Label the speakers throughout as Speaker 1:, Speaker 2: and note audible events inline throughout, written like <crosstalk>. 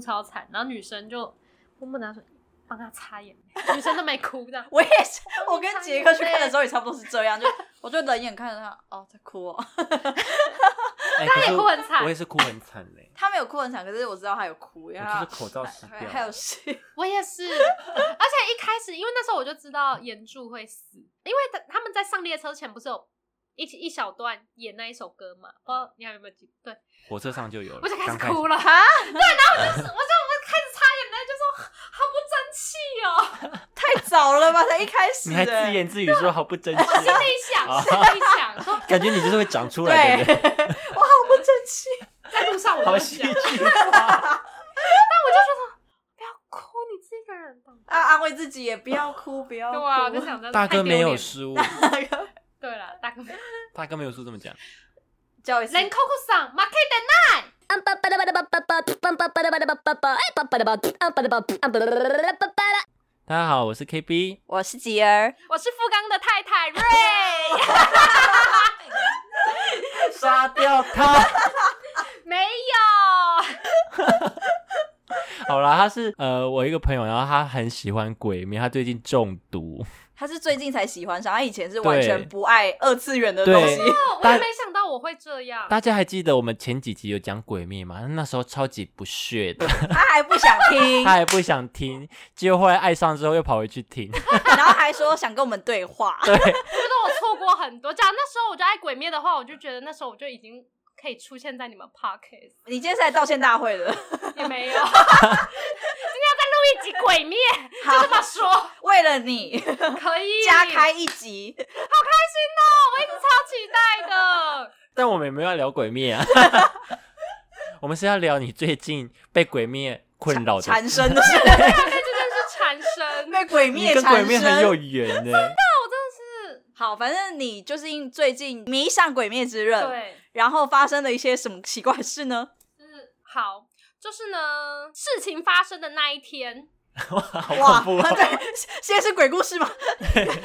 Speaker 1: 超惨，然后女生就默默拿出帮她擦眼泪，女生都没哭的。
Speaker 2: 我也是，我跟杰克去看的时候也差不多是这样，就我就冷眼看着他，哦，在哭哦。
Speaker 3: <laughs> 哎，
Speaker 1: 她
Speaker 3: 可
Speaker 1: 也
Speaker 3: 是
Speaker 1: 哭很惨
Speaker 3: 我也是哭很惨嘞，
Speaker 2: 他没有哭很惨，可是我知道他有哭，
Speaker 3: 我
Speaker 2: 因为
Speaker 3: 就是
Speaker 2: 他
Speaker 3: 口罩湿
Speaker 2: 还
Speaker 3: 掉，
Speaker 2: 还有戏。
Speaker 1: 我也是，而且一开始因为那时候我就知道岩柱会死，因为他他们在上列车前不是有一起一小段演那一首歌嘛？不知道你还有没有记？对，
Speaker 3: 火车上就有了，
Speaker 1: 我就开
Speaker 3: 刚
Speaker 1: 始
Speaker 3: 开
Speaker 1: <laughs>
Speaker 3: 始
Speaker 1: 哭了
Speaker 2: 啊！
Speaker 1: 我就我就我开始擦眼泪，就说好不争气哦。
Speaker 2: 太早了吧，才一开始、
Speaker 3: 你还自
Speaker 2: 欸。
Speaker 3: 言自语说好不争气
Speaker 1: 我， <laughs> 心里
Speaker 3: <laughs>
Speaker 1: 想，心里想说
Speaker 3: 感觉你就是会长出来的人，
Speaker 2: <laughs> 我好不争气，
Speaker 1: <laughs> 在路上我
Speaker 3: 好
Speaker 1: 就
Speaker 3: 戏
Speaker 1: 想，
Speaker 3: 剧。
Speaker 1: <laughs> 不要哭，你自己一个人懂
Speaker 2: 啊，安慰自己也不要哭，不要哭。
Speaker 1: 对啊，我就想着
Speaker 3: 大
Speaker 1: 太
Speaker 3: 哥没
Speaker 1: 丢
Speaker 3: 有
Speaker 1: 脸
Speaker 3: 失误，
Speaker 2: <laughs>
Speaker 1: 对了，大哥没有。
Speaker 3: 大哥没有输这么讲，
Speaker 2: 叫一次。
Speaker 1: 人扣扣上，马 K 的那。
Speaker 3: 大家好，我是 KB，
Speaker 2: 我是吉儿，
Speaker 1: 我是富冈的太太瑞，
Speaker 3: <laughs> 杀掉他。
Speaker 1: 没
Speaker 2: <laughs>
Speaker 1: 有。
Speaker 3: 好啦，他是呃，我一个朋友，然后他很喜欢鬼灭，他最近中毒，
Speaker 2: <laughs> 他是最近才喜欢上，他以前是完
Speaker 3: 对
Speaker 2: 全不爱二次元的东西。
Speaker 3: 对
Speaker 1: 哦我
Speaker 3: 大
Speaker 1: 也没想到我会这样。
Speaker 3: 大家还记得我们前几集有讲鬼灭吗？那时候超级不屑的，
Speaker 2: <laughs> 他还不想
Speaker 3: <laughs>
Speaker 2: 听
Speaker 3: 他，还不想听，结果后来爱上之后又跑回去听。
Speaker 2: 然后还说想跟我们对
Speaker 3: <laughs>
Speaker 2: 话。
Speaker 1: 我觉得我错过很多。假如那时候我就爱鬼灭的话，我就觉得那时候我就已经可以出现在你们
Speaker 2: <laughs>
Speaker 1: podcast，
Speaker 2: 你今天是来道歉大会的，
Speaker 1: 也没有。今天要 <laughs> 再录一集鬼灭， <laughs>
Speaker 2: 好
Speaker 1: 就这么说
Speaker 2: 为了
Speaker 1: <laughs>
Speaker 2: 你
Speaker 1: 可以
Speaker 2: 加开一集，
Speaker 1: 哦，我一直超期待
Speaker 2: <laughs>
Speaker 1: 的。
Speaker 3: 但我们也没有要聊鬼灭啊， <laughs> 我们是要聊你最近被鬼灭困扰的，
Speaker 2: 缠
Speaker 3: <laughs>
Speaker 2: 身的是
Speaker 1: 对，这件事缠
Speaker 2: <laughs>
Speaker 1: 身，
Speaker 2: 被鬼
Speaker 3: 你
Speaker 2: 灭
Speaker 3: 跟鬼
Speaker 2: 缠
Speaker 3: 灭很有
Speaker 2: 身。
Speaker 3: 缘呢、
Speaker 1: 是
Speaker 2: 好，反正你就是因最近迷上《鬼灭之刃》，
Speaker 1: 对。
Speaker 2: 然后发生了一些什么奇怪的事呢？
Speaker 1: 就是好，就是呢，事情发生的那一天，
Speaker 3: 哇， <laughs> 好恐怖、哦！
Speaker 2: <laughs> 对，先是鬼故事
Speaker 3: <laughs>
Speaker 2: 吗？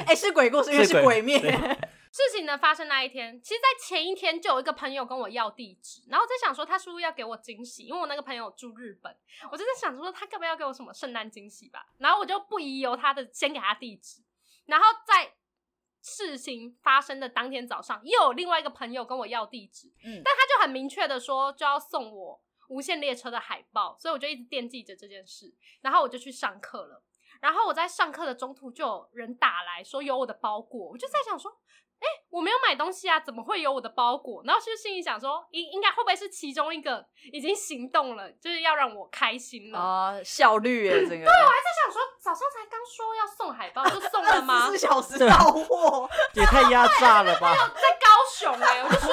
Speaker 2: 哎、是鬼故事，因为
Speaker 3: 是
Speaker 2: 是
Speaker 3: 鬼
Speaker 2: 鬼灭。
Speaker 3: 对
Speaker 1: 事情呢发生那一天，其实，在前一天就有一个朋友跟我要地址，然后我在想说他是不是要给我惊喜，因为我那个朋友住日本，我就在想说他该不要给我什么圣诞惊喜吧，然后我就不疑有他的，先给他地址，然后在事情发生的当天早上，又有另外一个朋友跟我要地址，
Speaker 2: 嗯
Speaker 1: 但他就很明确的说就要送我无限列车的海报，所以我就一直惦记着这件事，然后我就去上课了。然后我在上课的中途就有人打来说有我的包裹，我就在想说，哎、我没有买东西啊，怎么会有我的包裹？然后就心里想说，应应该会不会是其中一个已经行动了，就是要让我开心了。
Speaker 2: 啊、效率哎，整个
Speaker 1: 我在想说，早上才刚说要送海报，就送了吗
Speaker 2: 二？十四小时到货，
Speaker 3: <laughs> 也太压榨了吧！
Speaker 1: <laughs> 在高雄
Speaker 2: <laughs>
Speaker 1: 哎、我就说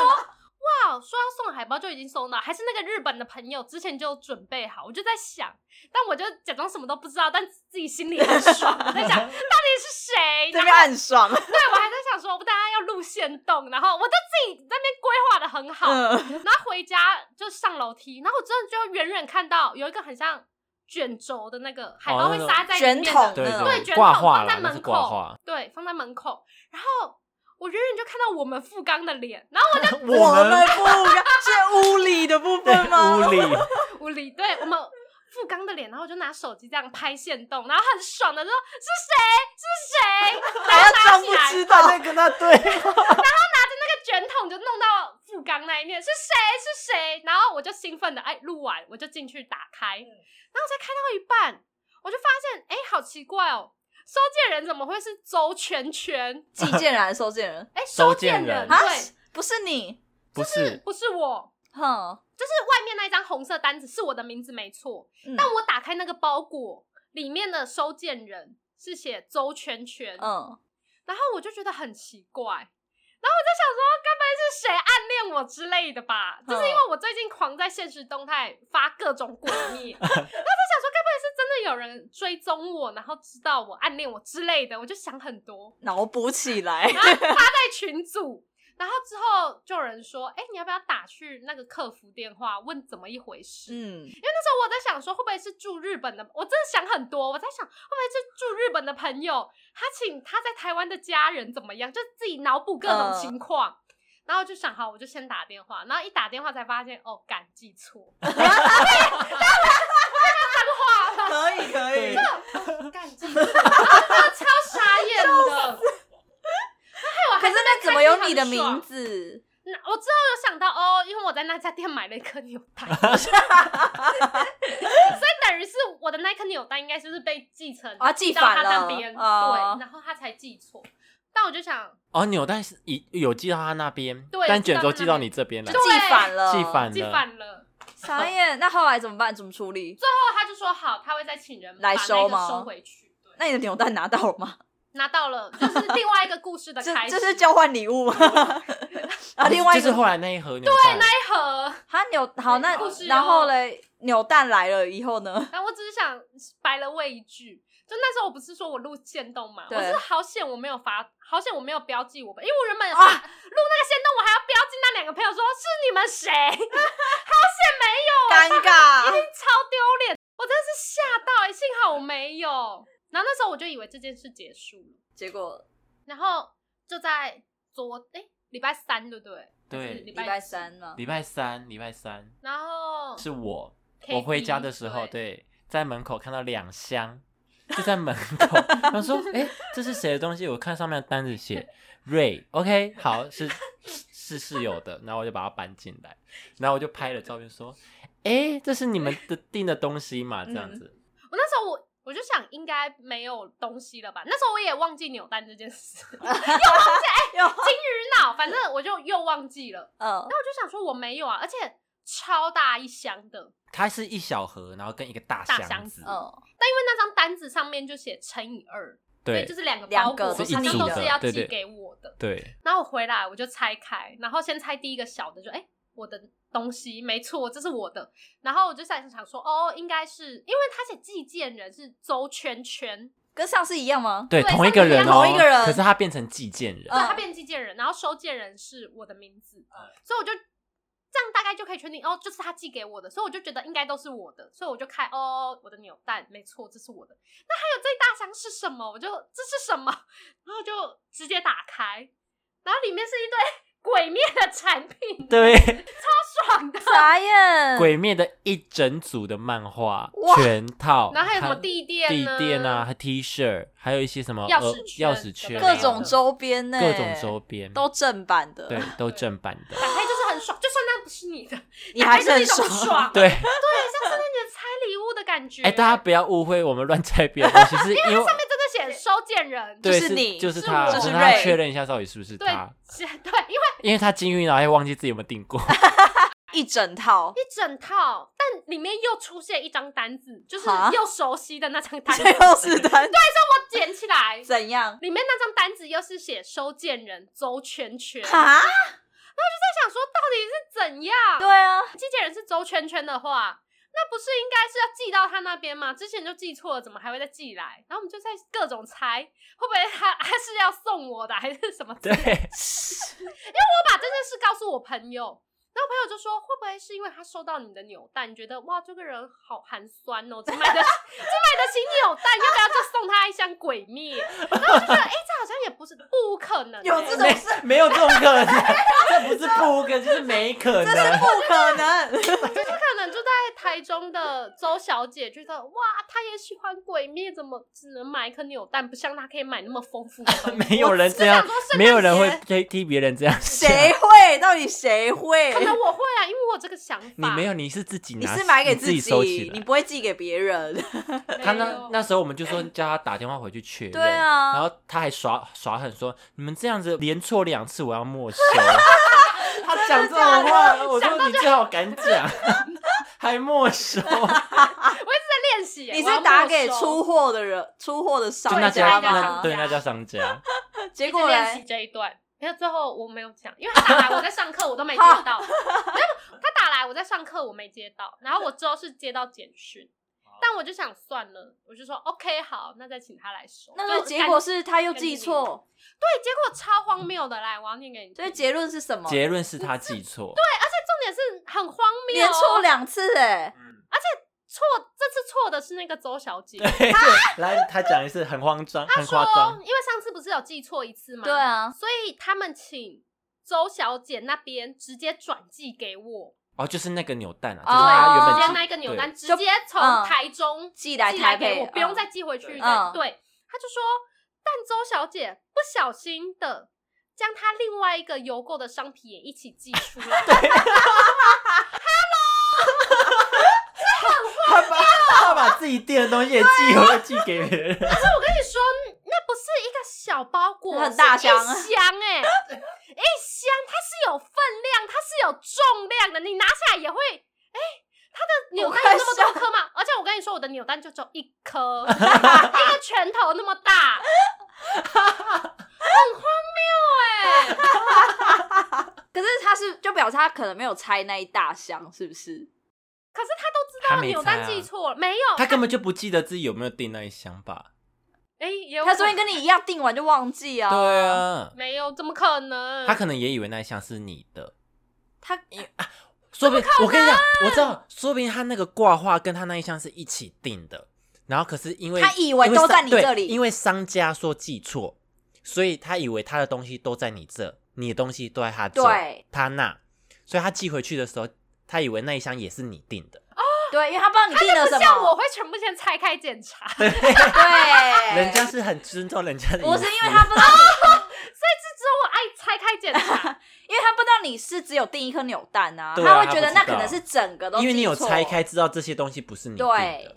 Speaker 1: 哇，说要送海报就已经收到，还是那个日本的朋友之前就有准备好，我就在想，但我就假装什么都不知道，但自己心里很爽，我在想到底是
Speaker 3: 啊
Speaker 1: 谁，
Speaker 2: 这
Speaker 1: 然
Speaker 2: 边
Speaker 1: 后
Speaker 2: 暗爽。
Speaker 1: 对我还在想说，我大家要路线动，然后我就自己在那边规划的很好，
Speaker 3: <laughs>
Speaker 2: 嗯，
Speaker 1: 然后回家就上楼梯，然后我真的就远远看到有一个很像卷轴的那个海
Speaker 3: 哦
Speaker 1: 报
Speaker 3: 那
Speaker 1: 会
Speaker 3: 种
Speaker 1: 撒在里
Speaker 2: 卷
Speaker 1: 面的
Speaker 2: 筒
Speaker 3: 对
Speaker 2: 嗯
Speaker 1: 对，
Speaker 3: 对，
Speaker 1: 卷筒
Speaker 3: 挂画
Speaker 1: 放
Speaker 3: 啦
Speaker 1: 在，
Speaker 3: 那是
Speaker 1: 门
Speaker 3: 挂
Speaker 1: 口，
Speaker 3: 画。
Speaker 1: 对，放在门口。然后我远远就看到我们富冈的脸，然后我
Speaker 2: 我们不是屋里的部分吗？
Speaker 3: 对屋里，
Speaker 1: 就我理对我们富冈的脸，然后我就拿手机这样拍线动，然后很爽的说是谁是谁，
Speaker 2: 还要装
Speaker 1: 起
Speaker 2: 不
Speaker 1: 来
Speaker 2: 知道，
Speaker 3: 跟他对，
Speaker 1: 那卷筒就弄到富冈那一面，是谁是谁？然后我就兴奋的哎录完我就进去打开，然后我才开到一半，我就发现哎好奇怪哦，收件人怎么会是周全全？
Speaker 2: 寄件人还是收件人
Speaker 1: 哎
Speaker 3: 收
Speaker 1: 件
Speaker 3: 件人
Speaker 2: 啊
Speaker 1: <laughs> 对，？
Speaker 2: 不是你，
Speaker 3: 不是，
Speaker 1: 不是我，
Speaker 2: 哼，
Speaker 1: 就是外面那张红色单子是我的名字没错，
Speaker 2: 嗯
Speaker 1: 但我打开那个包裹里面的收件人是写周全全，
Speaker 2: 嗯，
Speaker 1: 然后我就觉得很奇怪，然后我就想说，该不会是谁暗恋我之类的吧？
Speaker 2: 嗯
Speaker 1: 就是因为我最近狂在现实动态发各种鬼灭， <laughs> 然后就想说，该不会是真的有人追踪我，然后知道我暗恋我之类的，我就想很多，
Speaker 2: 脑补起来，
Speaker 1: 然后发在群组。然后之后就有人说，哎，你要不要打去那个客服电话问怎么一回事？
Speaker 2: 嗯，
Speaker 1: 因为那时候我在想说，会不会是住日本的？我真的想很多，我在想会不会是住日本的朋友，他请他在台湾的家人怎么样，就自己脑补各
Speaker 2: 嗯
Speaker 1: 种情况。然后就想好，我就先打电话，然后一打电话才发现，哦，敢记错， <laughs> 哎
Speaker 2: 你的
Speaker 1: 很爽
Speaker 2: 名字，
Speaker 1: 那我之后有想到哦，因为我在那家店买了一颗扭蛋，
Speaker 2: <laughs>
Speaker 1: 所以等于是我的那颗扭蛋应该就是被继承
Speaker 2: 啊寄
Speaker 1: 到
Speaker 2: 反
Speaker 1: 他那
Speaker 2: 了
Speaker 1: 边，
Speaker 2: 哦
Speaker 1: 对，然后他才寄错。但我就想，
Speaker 3: 哦，扭蛋是一有寄到他那边，
Speaker 1: 对
Speaker 3: 但卷轴寄
Speaker 1: 寄
Speaker 3: 到
Speaker 1: 到他那边
Speaker 3: 你这边来，
Speaker 1: 对
Speaker 2: 记反了，
Speaker 3: 寄反
Speaker 1: 寄
Speaker 3: 了。
Speaker 1: 反了。
Speaker 2: 傻眼。那后来怎么办？怎么处理？
Speaker 1: 后来他就说好，他会再请人
Speaker 2: 来
Speaker 1: 把那
Speaker 2: 收
Speaker 1: 个
Speaker 2: 吗
Speaker 1: 收回去。对，
Speaker 2: 那你的扭蛋拿到了吗？
Speaker 1: 拿到了，就是另外一个故事的
Speaker 2: <laughs> 这
Speaker 1: 开始。
Speaker 2: 这是交换礼物吗？ <laughs> 啊，另外一
Speaker 3: 就是
Speaker 2: 个
Speaker 3: 后来那一盒扭蛋，对，
Speaker 1: 一盒。
Speaker 2: 他扭好那
Speaker 1: 故事，哦
Speaker 2: 然后嘞，扭蛋来了以后呢？
Speaker 1: 然后我只是想白了喂一句，就那时候我不是说我录限动嘛，
Speaker 2: 对
Speaker 1: 我是好险我没有发，好险我没有标记我们，因为我原本
Speaker 2: 啊
Speaker 1: 发录那个限动，我还要标记那两个朋友说是你们谁， <laughs>
Speaker 2: 尴尬，
Speaker 1: 超丢脸，我真的是吓到、欸，幸好我没有。然后那时候我就以为这件事结束了，
Speaker 2: <laughs> 结果
Speaker 1: 然后就在昨哎礼、拜三对不对？
Speaker 3: 对
Speaker 1: 还是礼
Speaker 2: 礼
Speaker 1: 拜
Speaker 2: 拜，三嘛，
Speaker 3: 礼拜三，礼拜三
Speaker 1: 然后
Speaker 3: 是我，
Speaker 1: KD
Speaker 3: 我回家的时候，
Speaker 1: 对，
Speaker 3: 对，在门口看到两箱，就在门口，他说：“哎、这是谁的东西？”我看上面的单子写瑞，OK，好，是是室友的，然后我就把它搬进来，然后我就拍了照片说：“哎、这是你们的订的东西嘛？”这样子，
Speaker 1: 我那时候我。我就想应该没有东西了吧？那时候我也忘记扭蛋这件事， <laughs>
Speaker 2: 有
Speaker 1: 鱼脑，反正我就又忘记了。
Speaker 2: 嗯，
Speaker 1: 我就想说我没有啊，而且超大一箱的，
Speaker 3: 它是一小盒，然后跟一个大
Speaker 1: 大
Speaker 3: 箱
Speaker 1: 箱
Speaker 3: 子，
Speaker 2: 嗯，
Speaker 1: 但因为那张单子上面就写乘以二，所以
Speaker 3: 对
Speaker 1: 就是两个
Speaker 2: 两
Speaker 1: 包
Speaker 2: 个
Speaker 1: 裹，
Speaker 2: 是
Speaker 1: 他
Speaker 2: 一
Speaker 1: 就
Speaker 2: 组
Speaker 1: 都
Speaker 2: 的
Speaker 1: 是要
Speaker 3: 对
Speaker 1: 寄
Speaker 3: 对
Speaker 1: 给我的。
Speaker 3: 对，
Speaker 1: 然后我回来我就拆开，然后先拆第一个小的就，哎，我的东西没错，这是我的。然后我就在想说，哦，应该是因为他写寄件人是周圈圈，
Speaker 2: 跟上次一样吗？ <laughs>
Speaker 3: 对，
Speaker 1: 对
Speaker 3: 同一个人哦，
Speaker 2: 上面同一个人
Speaker 3: 可是它变成寄件人，
Speaker 1: 对，
Speaker 2: 嗯
Speaker 1: 他变寄件人，然后收件人是我的名字，
Speaker 3: 嗯
Speaker 1: 所以我就这样大概就可以确定哦，就是他寄给我的，所以我就觉得应该都是我的，所以我就看哦，我的扭蛋没错，这是我的。那还有这一大箱是什么？我就这是什么？ <laughs> 然后就直接打开，然后里面是一堆鬼灭的产品，
Speaker 3: 对，
Speaker 1: 爽的。
Speaker 2: 傻眼，
Speaker 3: 鬼灭的一整组的漫画
Speaker 2: 哇
Speaker 3: 全套，
Speaker 1: 然后还有什么
Speaker 3: 它
Speaker 1: 地垫、
Speaker 3: 哦地垫啊、和 T 恤，还有一些什么
Speaker 1: 钥
Speaker 3: 呃
Speaker 1: 匙圈
Speaker 3: 钥匙圈啊，
Speaker 2: 各种周边呢，
Speaker 3: 各种周边
Speaker 2: 都正版的，
Speaker 3: 对，都正版
Speaker 2: <laughs>
Speaker 3: 的，
Speaker 1: 打开就是很爽，就算那不是
Speaker 3: <laughs>
Speaker 1: 你的，
Speaker 2: 你还
Speaker 1: 哎是
Speaker 2: 是很
Speaker 1: 一种爽，
Speaker 3: 对，
Speaker 1: 对，像是那个拆礼物的感觉。
Speaker 3: 啊哎，大家不要误会，我们乱拆别人东西，
Speaker 2: <laughs>
Speaker 3: 是因为
Speaker 1: 上面真的写收件人，
Speaker 3: 对
Speaker 2: 就是你
Speaker 3: 就是
Speaker 1: 是
Speaker 3: 他，
Speaker 1: 我
Speaker 3: 我
Speaker 2: 就是
Speaker 3: 跟他
Speaker 2: Ray
Speaker 3: 确认一下到底是不是
Speaker 1: 对
Speaker 3: 他，
Speaker 1: 是对，因为
Speaker 3: 因为他金鱼脑还忘记自己有没有订过，
Speaker 2: <laughs> <laughs> 一整
Speaker 1: <laughs>
Speaker 2: 套，
Speaker 1: 一整套，但里面又出现一张单子，就是
Speaker 2: 哈
Speaker 1: 又熟悉的那张单子，
Speaker 2: <laughs> 最后是单
Speaker 1: 捡起来，
Speaker 2: 怎样？
Speaker 1: 里面那张单子又是写收件人周圈圈，我
Speaker 2: 哈，
Speaker 1: 在想说到底是怎样？
Speaker 2: 对啊，
Speaker 1: 寄件人是周圈圈的话。那不是应该是要寄到他那边吗？之前就寄错了，怎么还会再寄来？然后我们就在各种猜，会不会他他是要送我的，还是什么之类的？
Speaker 2: <laughs>
Speaker 3: 对，
Speaker 1: 我把这件事告诉我朋友，然后朋友就说，会不会是因为他收到你的扭蛋，觉得哇这个人好寒酸哦，只买
Speaker 2: <laughs>
Speaker 1: 得只买得起扭蛋，要不要就送他一箱鬼灭？然后我就觉得，哎、这好像也不是不可能欸、
Speaker 2: 有这种
Speaker 3: 没
Speaker 2: 事，
Speaker 3: 没有这种
Speaker 2: <laughs>
Speaker 3: 可能，这不是不可能，就是没可
Speaker 2: 这是
Speaker 3: 能
Speaker 2: 不。可 <laughs> 能。
Speaker 1: 不可能就在台中的周小姐觉得，哇，她也喜欢鬼灭，怎么只能买一颗扭蛋，不像她可以买那么丰富的东
Speaker 2: <laughs>
Speaker 1: 西。
Speaker 3: 没有人这样
Speaker 1: 我只想说圣诞，节
Speaker 3: 没有人会推替别人这样想。
Speaker 2: 谁会？到底谁会
Speaker 1: 可？能我会啊，因为我有这个想法。
Speaker 3: 你没 <laughs> 有，你是自己
Speaker 2: 你
Speaker 3: 拿，
Speaker 2: 是买给
Speaker 3: 你自
Speaker 2: 己，
Speaker 3: 收起
Speaker 2: 你
Speaker 3: 来。
Speaker 2: 不会寄给别人。
Speaker 1: 没
Speaker 3: 他
Speaker 1: 有
Speaker 3: 那那时候我们就说叫他打电话回去确认，
Speaker 2: 对啊
Speaker 3: 然后他还耍耍狠说你们这样子连错两次我要没
Speaker 1: <laughs>
Speaker 3: 收。他讲这种话，我说你最好敢讲， <laughs> 还没收，
Speaker 1: 在练习欸，
Speaker 2: 你
Speaker 1: 我要
Speaker 2: 是打
Speaker 1: 没
Speaker 2: 给
Speaker 1: 收
Speaker 2: 出货的人，出货的
Speaker 3: 就那
Speaker 2: 商
Speaker 1: 家
Speaker 2: 家
Speaker 1: 对
Speaker 3: 那
Speaker 2: 吗？
Speaker 3: 对那家商家，
Speaker 1: <laughs> 一
Speaker 2: 结
Speaker 1: 直
Speaker 2: 果
Speaker 1: 练习
Speaker 2: 嘞，
Speaker 1: 这一段，没有最后我没有讲，因为他打来我在上课，我都没接到。没有，他打来我在上课，我没接到。然后我之后是接到简讯，但我就想算了，我就说 OK 好，那再请他来收。
Speaker 2: 那个
Speaker 1: 就
Speaker 2: 结果
Speaker 1: 干
Speaker 2: 是他又记错，
Speaker 1: 对，结果超荒谬的。来，我要念给你听。
Speaker 2: 所以结论是什么？
Speaker 3: 结论是他记错，
Speaker 1: 啊重点是很荒谬、哦
Speaker 2: 连错，两次哎，
Speaker 1: 错这次错的是那个周小姐。
Speaker 3: 对，啊来他讲一次，很慌张，
Speaker 1: 她
Speaker 3: 很
Speaker 1: 说
Speaker 3: 夸张，，
Speaker 1: 因为上次不是有记错一次吗？
Speaker 2: 对啊，
Speaker 1: 所以他们请周小姐那边直接转寄给我。
Speaker 3: 哦，就是那个扭蛋啊，
Speaker 2: 哦
Speaker 3: 就是他
Speaker 1: 直
Speaker 3: 原
Speaker 1: 接
Speaker 3: 本
Speaker 1: 那一个扭蛋直
Speaker 2: 就
Speaker 1: 接从
Speaker 2: 嗯
Speaker 1: 台中
Speaker 2: 寄来
Speaker 1: 寄
Speaker 2: 台
Speaker 1: 给
Speaker 2: 北，
Speaker 1: 我，不用
Speaker 2: 嗯
Speaker 1: 再寄回去。
Speaker 2: 嗯
Speaker 1: 对，他就说，但周小姐不小心的将他另外一个邮购的商品也一起寄出来。 <laughs>
Speaker 3: 他把他把自己订的东西也寄回来寄给别人，
Speaker 1: 可是我跟你说，那不是一个小包裹，
Speaker 2: 很大
Speaker 1: 是一
Speaker 2: 箱啊
Speaker 1: 箱哎、一箱它是有分量，它是有重量的，你拿起来也会哎。它的扭蛋有那么多颗吗？而且我跟你说，我的扭蛋就只有一
Speaker 2: <laughs>
Speaker 1: 颗，一个拳头那么大，很荒谬哎、
Speaker 2: 可是他是就表示他可能没有拆那一大箱，是不是？
Speaker 1: 可是他都知
Speaker 3: 他
Speaker 1: 道
Speaker 3: 没
Speaker 1: 扭
Speaker 3: 猜
Speaker 1: 蛋
Speaker 3: 啊
Speaker 1: 寄错了，没有？
Speaker 3: 他根本就不记得自己有没有订那一箱吧？
Speaker 1: 哎、也有
Speaker 2: 他
Speaker 1: 可
Speaker 2: 说定跟你一样订完就忘记
Speaker 1: 哦
Speaker 2: 啊。
Speaker 3: 对，啊，
Speaker 1: 没有，怎么可
Speaker 2: 嗯
Speaker 1: 能？
Speaker 3: 他可能也以为那一箱是你的。
Speaker 2: 他
Speaker 3: 啊说不定我跟你讲，我知道，说不定他那个挂画跟他那一箱是一起订的，然后可是因为
Speaker 2: 他以为都在你
Speaker 3: 因为商
Speaker 2: 这里
Speaker 3: 对因为商家说寄错，所以他以为他的东西都在你这，你的东西都在他这，
Speaker 2: 对
Speaker 3: 他那，所以他寄回去的时候，他以为那一箱也是你订的，
Speaker 2: <laughs>
Speaker 3: <laughs>
Speaker 2: 对，因为他不知道你订了什
Speaker 1: 不像我
Speaker 2: 么，
Speaker 1: 会全部先拆开检查，
Speaker 2: 对，
Speaker 3: 人家是很尊重人家的隐私，
Speaker 2: 不是因为他不知道你，
Speaker 1: 这我爱拆开检查。
Speaker 2: 因为他不知道你是只有订一颗扭蛋啊，
Speaker 3: 对啊
Speaker 2: 会觉得那
Speaker 3: 他不知道
Speaker 2: 可能是整个都
Speaker 3: 因为你有
Speaker 2: 寄错
Speaker 3: 拆，开知道这些东西不是你订的，
Speaker 2: 对，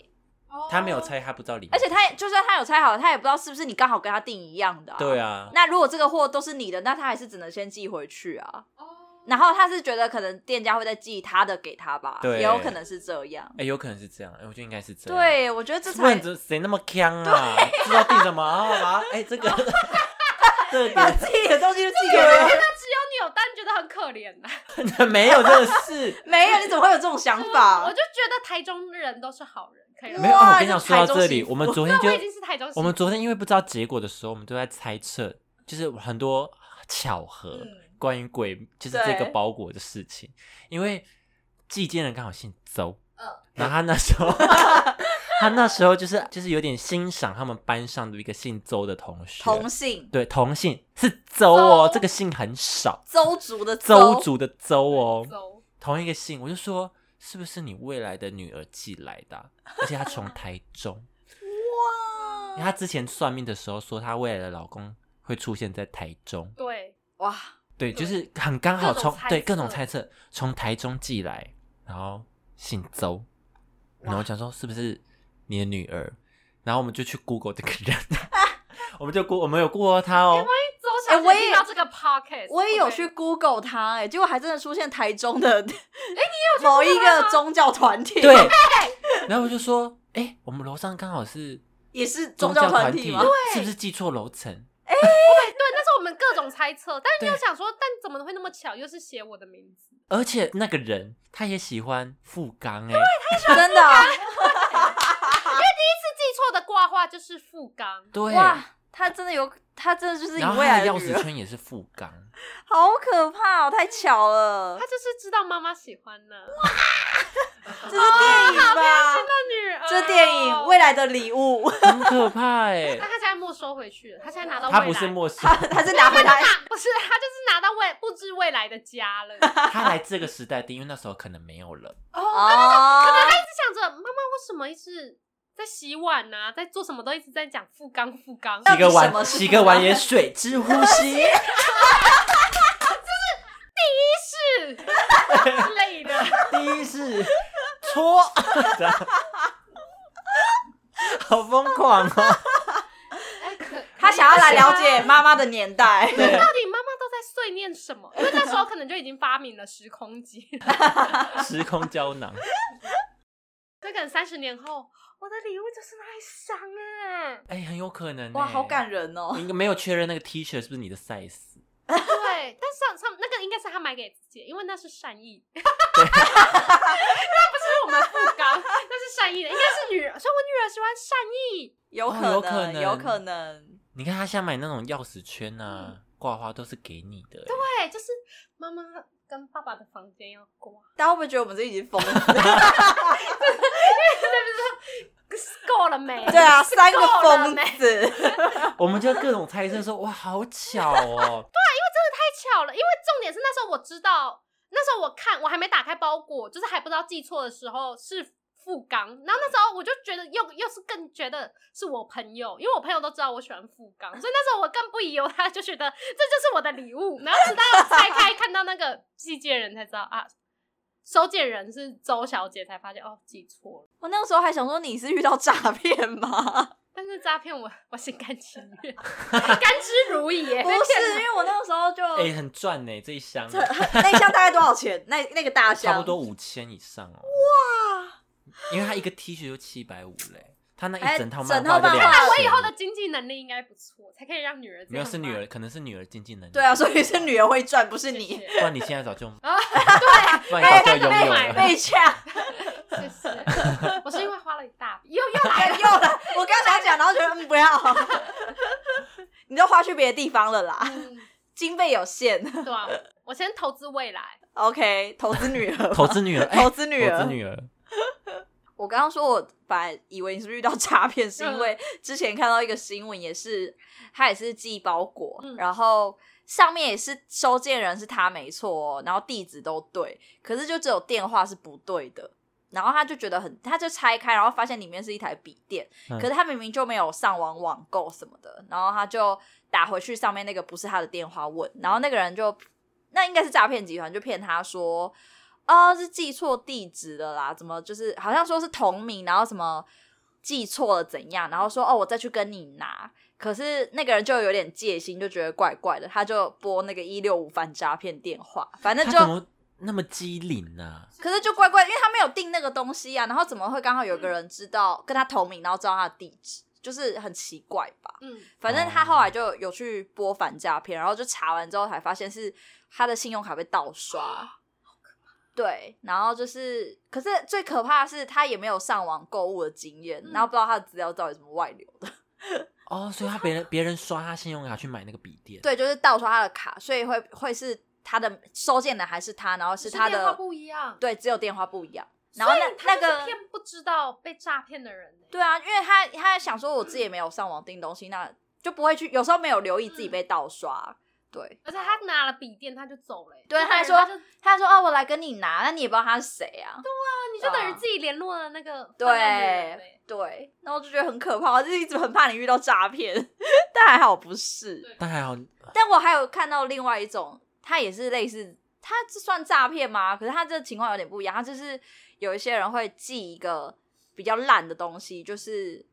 Speaker 3: 他没有拆，他不知道里面，
Speaker 2: 而且他也就算他有拆好，他也不知道是不是你刚好跟他订一样的、
Speaker 3: 对。啊，
Speaker 2: 那如果这个货都是你的，那他还是只能先寄回去啊。
Speaker 1: 哦，
Speaker 2: 然后他是觉得可能店家会再寄他的给他吧，
Speaker 3: 对
Speaker 2: 也有可能是这样。
Speaker 3: 哎、有可能是这样，哎我觉得应该是这样，。
Speaker 2: 对，啊我觉得这
Speaker 3: 不然
Speaker 2: 才 <laughs>
Speaker 3: 这谁那么强啊？知道定什么？然后把它哎这个
Speaker 2: <laughs>
Speaker 3: 这
Speaker 2: 把
Speaker 3: 个
Speaker 2: 自己的东西就寄给人家。
Speaker 1: 那只有扭蛋觉得很可怜呐、
Speaker 3: 真的 <laughs> 没有这个事。
Speaker 2: 没有，你怎么会有这种想法
Speaker 1: <laughs>
Speaker 3: 啊
Speaker 1: 我？就觉得台中人都是好人，可以
Speaker 2: 哇
Speaker 1: 了
Speaker 3: 没有，哦我跟你讲，
Speaker 2: 这
Speaker 3: 说到
Speaker 2: 台中
Speaker 3: 这
Speaker 2: 媳
Speaker 3: 里，
Speaker 2: 妇
Speaker 3: 我们昨天
Speaker 1: 那
Speaker 3: 就
Speaker 1: 我已经是台中媳妇
Speaker 3: 我们昨天因为不知道结果的时候，我们都在猜测，就是很多巧合
Speaker 2: 嗯
Speaker 3: 关于鬼，就是这个
Speaker 2: 对
Speaker 3: 包裹的事情。因为寄件人刚好姓邹，
Speaker 2: 嗯
Speaker 3: 然后他那时
Speaker 2: <laughs>
Speaker 3: 候他那时候就是就是有点欣赏他们班上的一个姓邹的同学，
Speaker 2: 同性
Speaker 3: 对同姓是邹哦
Speaker 1: 邹，
Speaker 3: 这个姓很少。
Speaker 2: 邹族的
Speaker 3: 邹族的邹哦，
Speaker 1: 走
Speaker 3: 同一个姓，我就说是不是你未来的女儿寄来的啊、而且她从台
Speaker 1: <laughs>
Speaker 3: 中，因为
Speaker 2: 哇
Speaker 3: 她之前算命的时候说她未来的老公会出现在台中，
Speaker 1: 对，
Speaker 2: 哇，
Speaker 3: 对，就
Speaker 1: 对
Speaker 3: 是很刚好
Speaker 1: 各种
Speaker 3: 从
Speaker 1: 猜测
Speaker 3: 对各种猜测从台中寄来，然后姓邹，然后我想说是不是你的女儿，然后我们就去 Google 这个人， <laughs> 我们就 Google 我们有 Google 他哦，
Speaker 1: 周小
Speaker 2: 哎我
Speaker 1: 姐
Speaker 2: 也
Speaker 1: 听到这个 podcast，
Speaker 2: 我也有
Speaker 1: OK
Speaker 2: 去 Google 他、哎，结果还真的出现台中的，哎、你 <laughs> 有某一个宗教团体，
Speaker 3: 对，，然后我就说，哎、我们楼上刚好是。
Speaker 2: 也是宗
Speaker 3: 宗
Speaker 2: 教
Speaker 3: 教
Speaker 2: 团
Speaker 3: 团
Speaker 2: 体
Speaker 3: 体
Speaker 2: 吗？
Speaker 3: 是不是记错楼层？
Speaker 1: 对，那时候我们各种猜测，但是你有
Speaker 3: 对
Speaker 1: 想说，但怎么会那么巧，又是写我的名字？
Speaker 3: 而且那个人他也喜欢富冈哎、
Speaker 2: 真的啊、
Speaker 1: 是记错的挂画就是富冈，
Speaker 3: 对，
Speaker 2: 哇，他真的有，他真的就是你
Speaker 3: 然后
Speaker 2: 未
Speaker 3: 他
Speaker 2: 来的
Speaker 3: 的钥
Speaker 2: 女
Speaker 3: 匙
Speaker 2: 儿，
Speaker 3: 圈也是富冈，
Speaker 2: 好可怕哦，太巧了
Speaker 1: 她，就是知道妈妈喜欢呢，
Speaker 2: 这是电影吧？
Speaker 1: 女儿哦，
Speaker 2: 这是电影《未来的礼物》 <laughs>
Speaker 3: 很可怕哎、
Speaker 1: 那她现在没收回去了，她现在拿到
Speaker 3: 他
Speaker 1: 未
Speaker 3: 不
Speaker 1: 来
Speaker 3: 是陌生
Speaker 2: <laughs> 他，他是拿回来，
Speaker 1: 拿不是，他就是拿到未不知未来的家了。他
Speaker 3: 他来这个时代定，因为那时候可能没有了。
Speaker 2: 哦，
Speaker 1: 一直想着妈妈为什么一直在洗碗啊，在做什么都一直在讲富冈富冈，
Speaker 2: 到
Speaker 3: 洗
Speaker 2: 底
Speaker 3: 个
Speaker 2: 什么啊
Speaker 3: 碗，
Speaker 2: 是
Speaker 3: 洗
Speaker 2: 富
Speaker 3: 个碗
Speaker 2: 冈
Speaker 3: 也水
Speaker 2: <laughs>
Speaker 3: 之呼吸。
Speaker 1: 是之类的。
Speaker 3: 第一是搓，
Speaker 2: <laughs>
Speaker 3: 好疯狂哦！
Speaker 2: 哎他想要来了解妈妈的年 <laughs> 代，
Speaker 3: 对，
Speaker 1: 到底妈妈都在碎念什么？因为那时候可能就已经发明了时空机，
Speaker 3: 时空胶囊，
Speaker 1: 所以可能三十年后，我的礼物就是那一箱哎、
Speaker 3: 哎、很有可能、欸。
Speaker 2: 哇，好感人哦，
Speaker 3: 应该没有确认那个 T 恤是不是你的 size。
Speaker 1: 对，但上上那个应该是他买给自己，因为那是善意， <laughs> 那不是我们富冈，那是善意的，应该是女儿，所以我女儿喜欢善意。
Speaker 2: 有可
Speaker 3: 哦有可
Speaker 2: 能，
Speaker 3: 能
Speaker 2: 有可能，
Speaker 3: 你看他想买那种钥匙圈
Speaker 2: 嗯
Speaker 3: 啊、挂、花都是给你的、欸。
Speaker 2: 啊
Speaker 1: 对，就是妈妈跟爸爸的房间要挂，
Speaker 2: 大家会不会觉得我们这已经疯了？
Speaker 1: 够了没？
Speaker 2: <laughs> 对啊，三个
Speaker 1: 够了
Speaker 2: 疯
Speaker 1: 没？
Speaker 2: 子，
Speaker 3: 我们就各种猜测说，哇，好巧
Speaker 2: <laughs>
Speaker 3: 哦！
Speaker 1: 太巧了，因为重点是那时候我知道，那时候我看我还没打开包裹，就是还不知道寄错的时候是富冈，然后那时候我就觉得又又是更觉得是我朋友，因为我朋友都知道我喜欢富冈，所以那时候我更不疑有他，就觉得这就是我的礼物。然后直到拆开看到那个寄件人才知道啊，收件人是周小姐，才发现哦寄错了。
Speaker 2: <laughs> 我那个时候还想说你是遇到诈骗吗？
Speaker 1: 但是诈骗我我心甘情
Speaker 3: <laughs>
Speaker 1: 愿，甘之如饴耶。
Speaker 2: <laughs> 不
Speaker 1: 被骗
Speaker 2: 是，因为我那个时候就、
Speaker 3: 哎、很赚呢、这一箱
Speaker 2: 这 <laughs> 那一箱大概多少钱？那那个大箱
Speaker 3: 差不多五千以上哦。
Speaker 2: 哇，
Speaker 3: 因为他一个 T 恤就七百五嘞，他那
Speaker 2: 哎
Speaker 3: 一整套
Speaker 2: 整
Speaker 3: 漫
Speaker 2: 套
Speaker 3: 画
Speaker 2: 漫
Speaker 3: 就
Speaker 2: 画
Speaker 3: 两
Speaker 2: 那
Speaker 3: 千。
Speaker 1: 我以后的经济能力应该不错，才可以让女儿这样
Speaker 3: 没有是女
Speaker 1: 吧
Speaker 3: 儿，可能是女儿经济能力。
Speaker 2: 对啊，， <laughs> 所以是女儿会赚，不是
Speaker 1: 谢
Speaker 2: 你。
Speaker 1: 谢
Speaker 3: 不然你现在
Speaker 2: <laughs>
Speaker 3: 早就，
Speaker 1: 啊，
Speaker 3: 不然你早就
Speaker 1: 哎
Speaker 3: 拥有
Speaker 1: 哎哎
Speaker 3: 了。
Speaker 2: 被 <laughs> 掐，
Speaker 1: 谢谢。我是因为花了一大笔，又又
Speaker 2: 哎又了。我刚想讲，然后觉得嗯不要， <laughs> 你都花去别的地方了啦，
Speaker 1: 嗯，
Speaker 2: 经费有限。 <laughs>
Speaker 1: 对啊，我先投资未来，
Speaker 2: OK，投资女儿吧，
Speaker 3: 投资女儿，
Speaker 2: <laughs>
Speaker 3: 哎
Speaker 2: 投资女
Speaker 3: 投
Speaker 2: 儿
Speaker 3: 资。女儿，
Speaker 2: 我刚刚说，我本来以为你是不是遇到诈骗，是因为之前看到一个新闻，也是他也是寄包裹，
Speaker 1: 嗯
Speaker 2: 然后上面也是收件人是他没错、哦，然后地址都对，可是就只有电话是不对的。然后他就觉得很，他就拆开，然后发现里面是一台笔电，
Speaker 3: 嗯
Speaker 2: 可是他明明就没有上网网购什么的，然后他就打回去上面那个不是他的电话问，然后那个人就那应该是诈骗集团就骗他说，哦是寄错地址了啦，怎么就是好像说是同名，然后什么寄错了怎样，然后说哦我再去跟你拿，可是那个人就有点戒心，就觉得怪怪的，他就拨那个一六五反诈骗电话，反正
Speaker 3: 她
Speaker 2: 就
Speaker 3: 怎么那么机灵啊呢？
Speaker 2: 可是就怪怪，因为他没有订那个东西啊，然后怎么会刚好有个人知道跟他同名，然后知道他的地址，就是很奇怪吧？
Speaker 1: 嗯，
Speaker 2: 反正他后来就有去拨反诈骗，然后就查完之后才发现是他的信用卡被盗刷。
Speaker 1: 啊
Speaker 2: 对，然后就是，可是最可怕的是他也没有上网购物的经验，
Speaker 1: 嗯
Speaker 2: 然后不知道他的资料到底怎么外流的。
Speaker 3: 哦，所以他别人别人刷他信用卡去买那个笔电，
Speaker 2: 对，就是盗刷他的卡，所以会会是他的收件人还是他，然后是
Speaker 1: 只是
Speaker 2: 他
Speaker 1: 电话
Speaker 2: 的
Speaker 1: 不一样，
Speaker 2: 对，只有电话不一样。然后那
Speaker 1: 他
Speaker 2: 那
Speaker 1: 就是
Speaker 2: 个
Speaker 1: 骗不知道被诈骗的人欸，
Speaker 2: 对啊，因为他他想说我自己也没有上网订东西，那就不会去，有时候没有留意自己被盗刷。啊对，
Speaker 1: 而且他拿了笔电他就走了欸，
Speaker 2: 对
Speaker 1: 就
Speaker 2: 他还
Speaker 1: 等于他
Speaker 2: 说
Speaker 1: 就
Speaker 2: 他说哦，我来跟你拿，那你也不知道他是谁啊？
Speaker 1: 那你就等于自己联络了那个
Speaker 2: 对
Speaker 1: 犯案的人欸
Speaker 2: 对，那我就觉得很可怕，我就一直很怕你遇到诈骗， <laughs> 但还好不是。
Speaker 3: 但还好，
Speaker 2: 但我还有看到另外一种，他也是类似，他这算诈骗吗？可是他这情况有点不一样，他就是有一些人会寄一个比较烂的东西，就是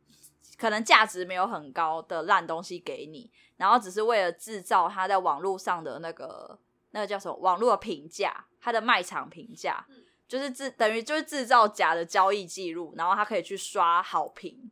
Speaker 2: 可能价值没有很高的烂东西给你，然后只是为了制造他在网络上的那个那个叫什么网络的评价，他的卖场评价
Speaker 1: 嗯，
Speaker 2: 就是制等于就是制造假的交易记录，然后他可以去刷好评，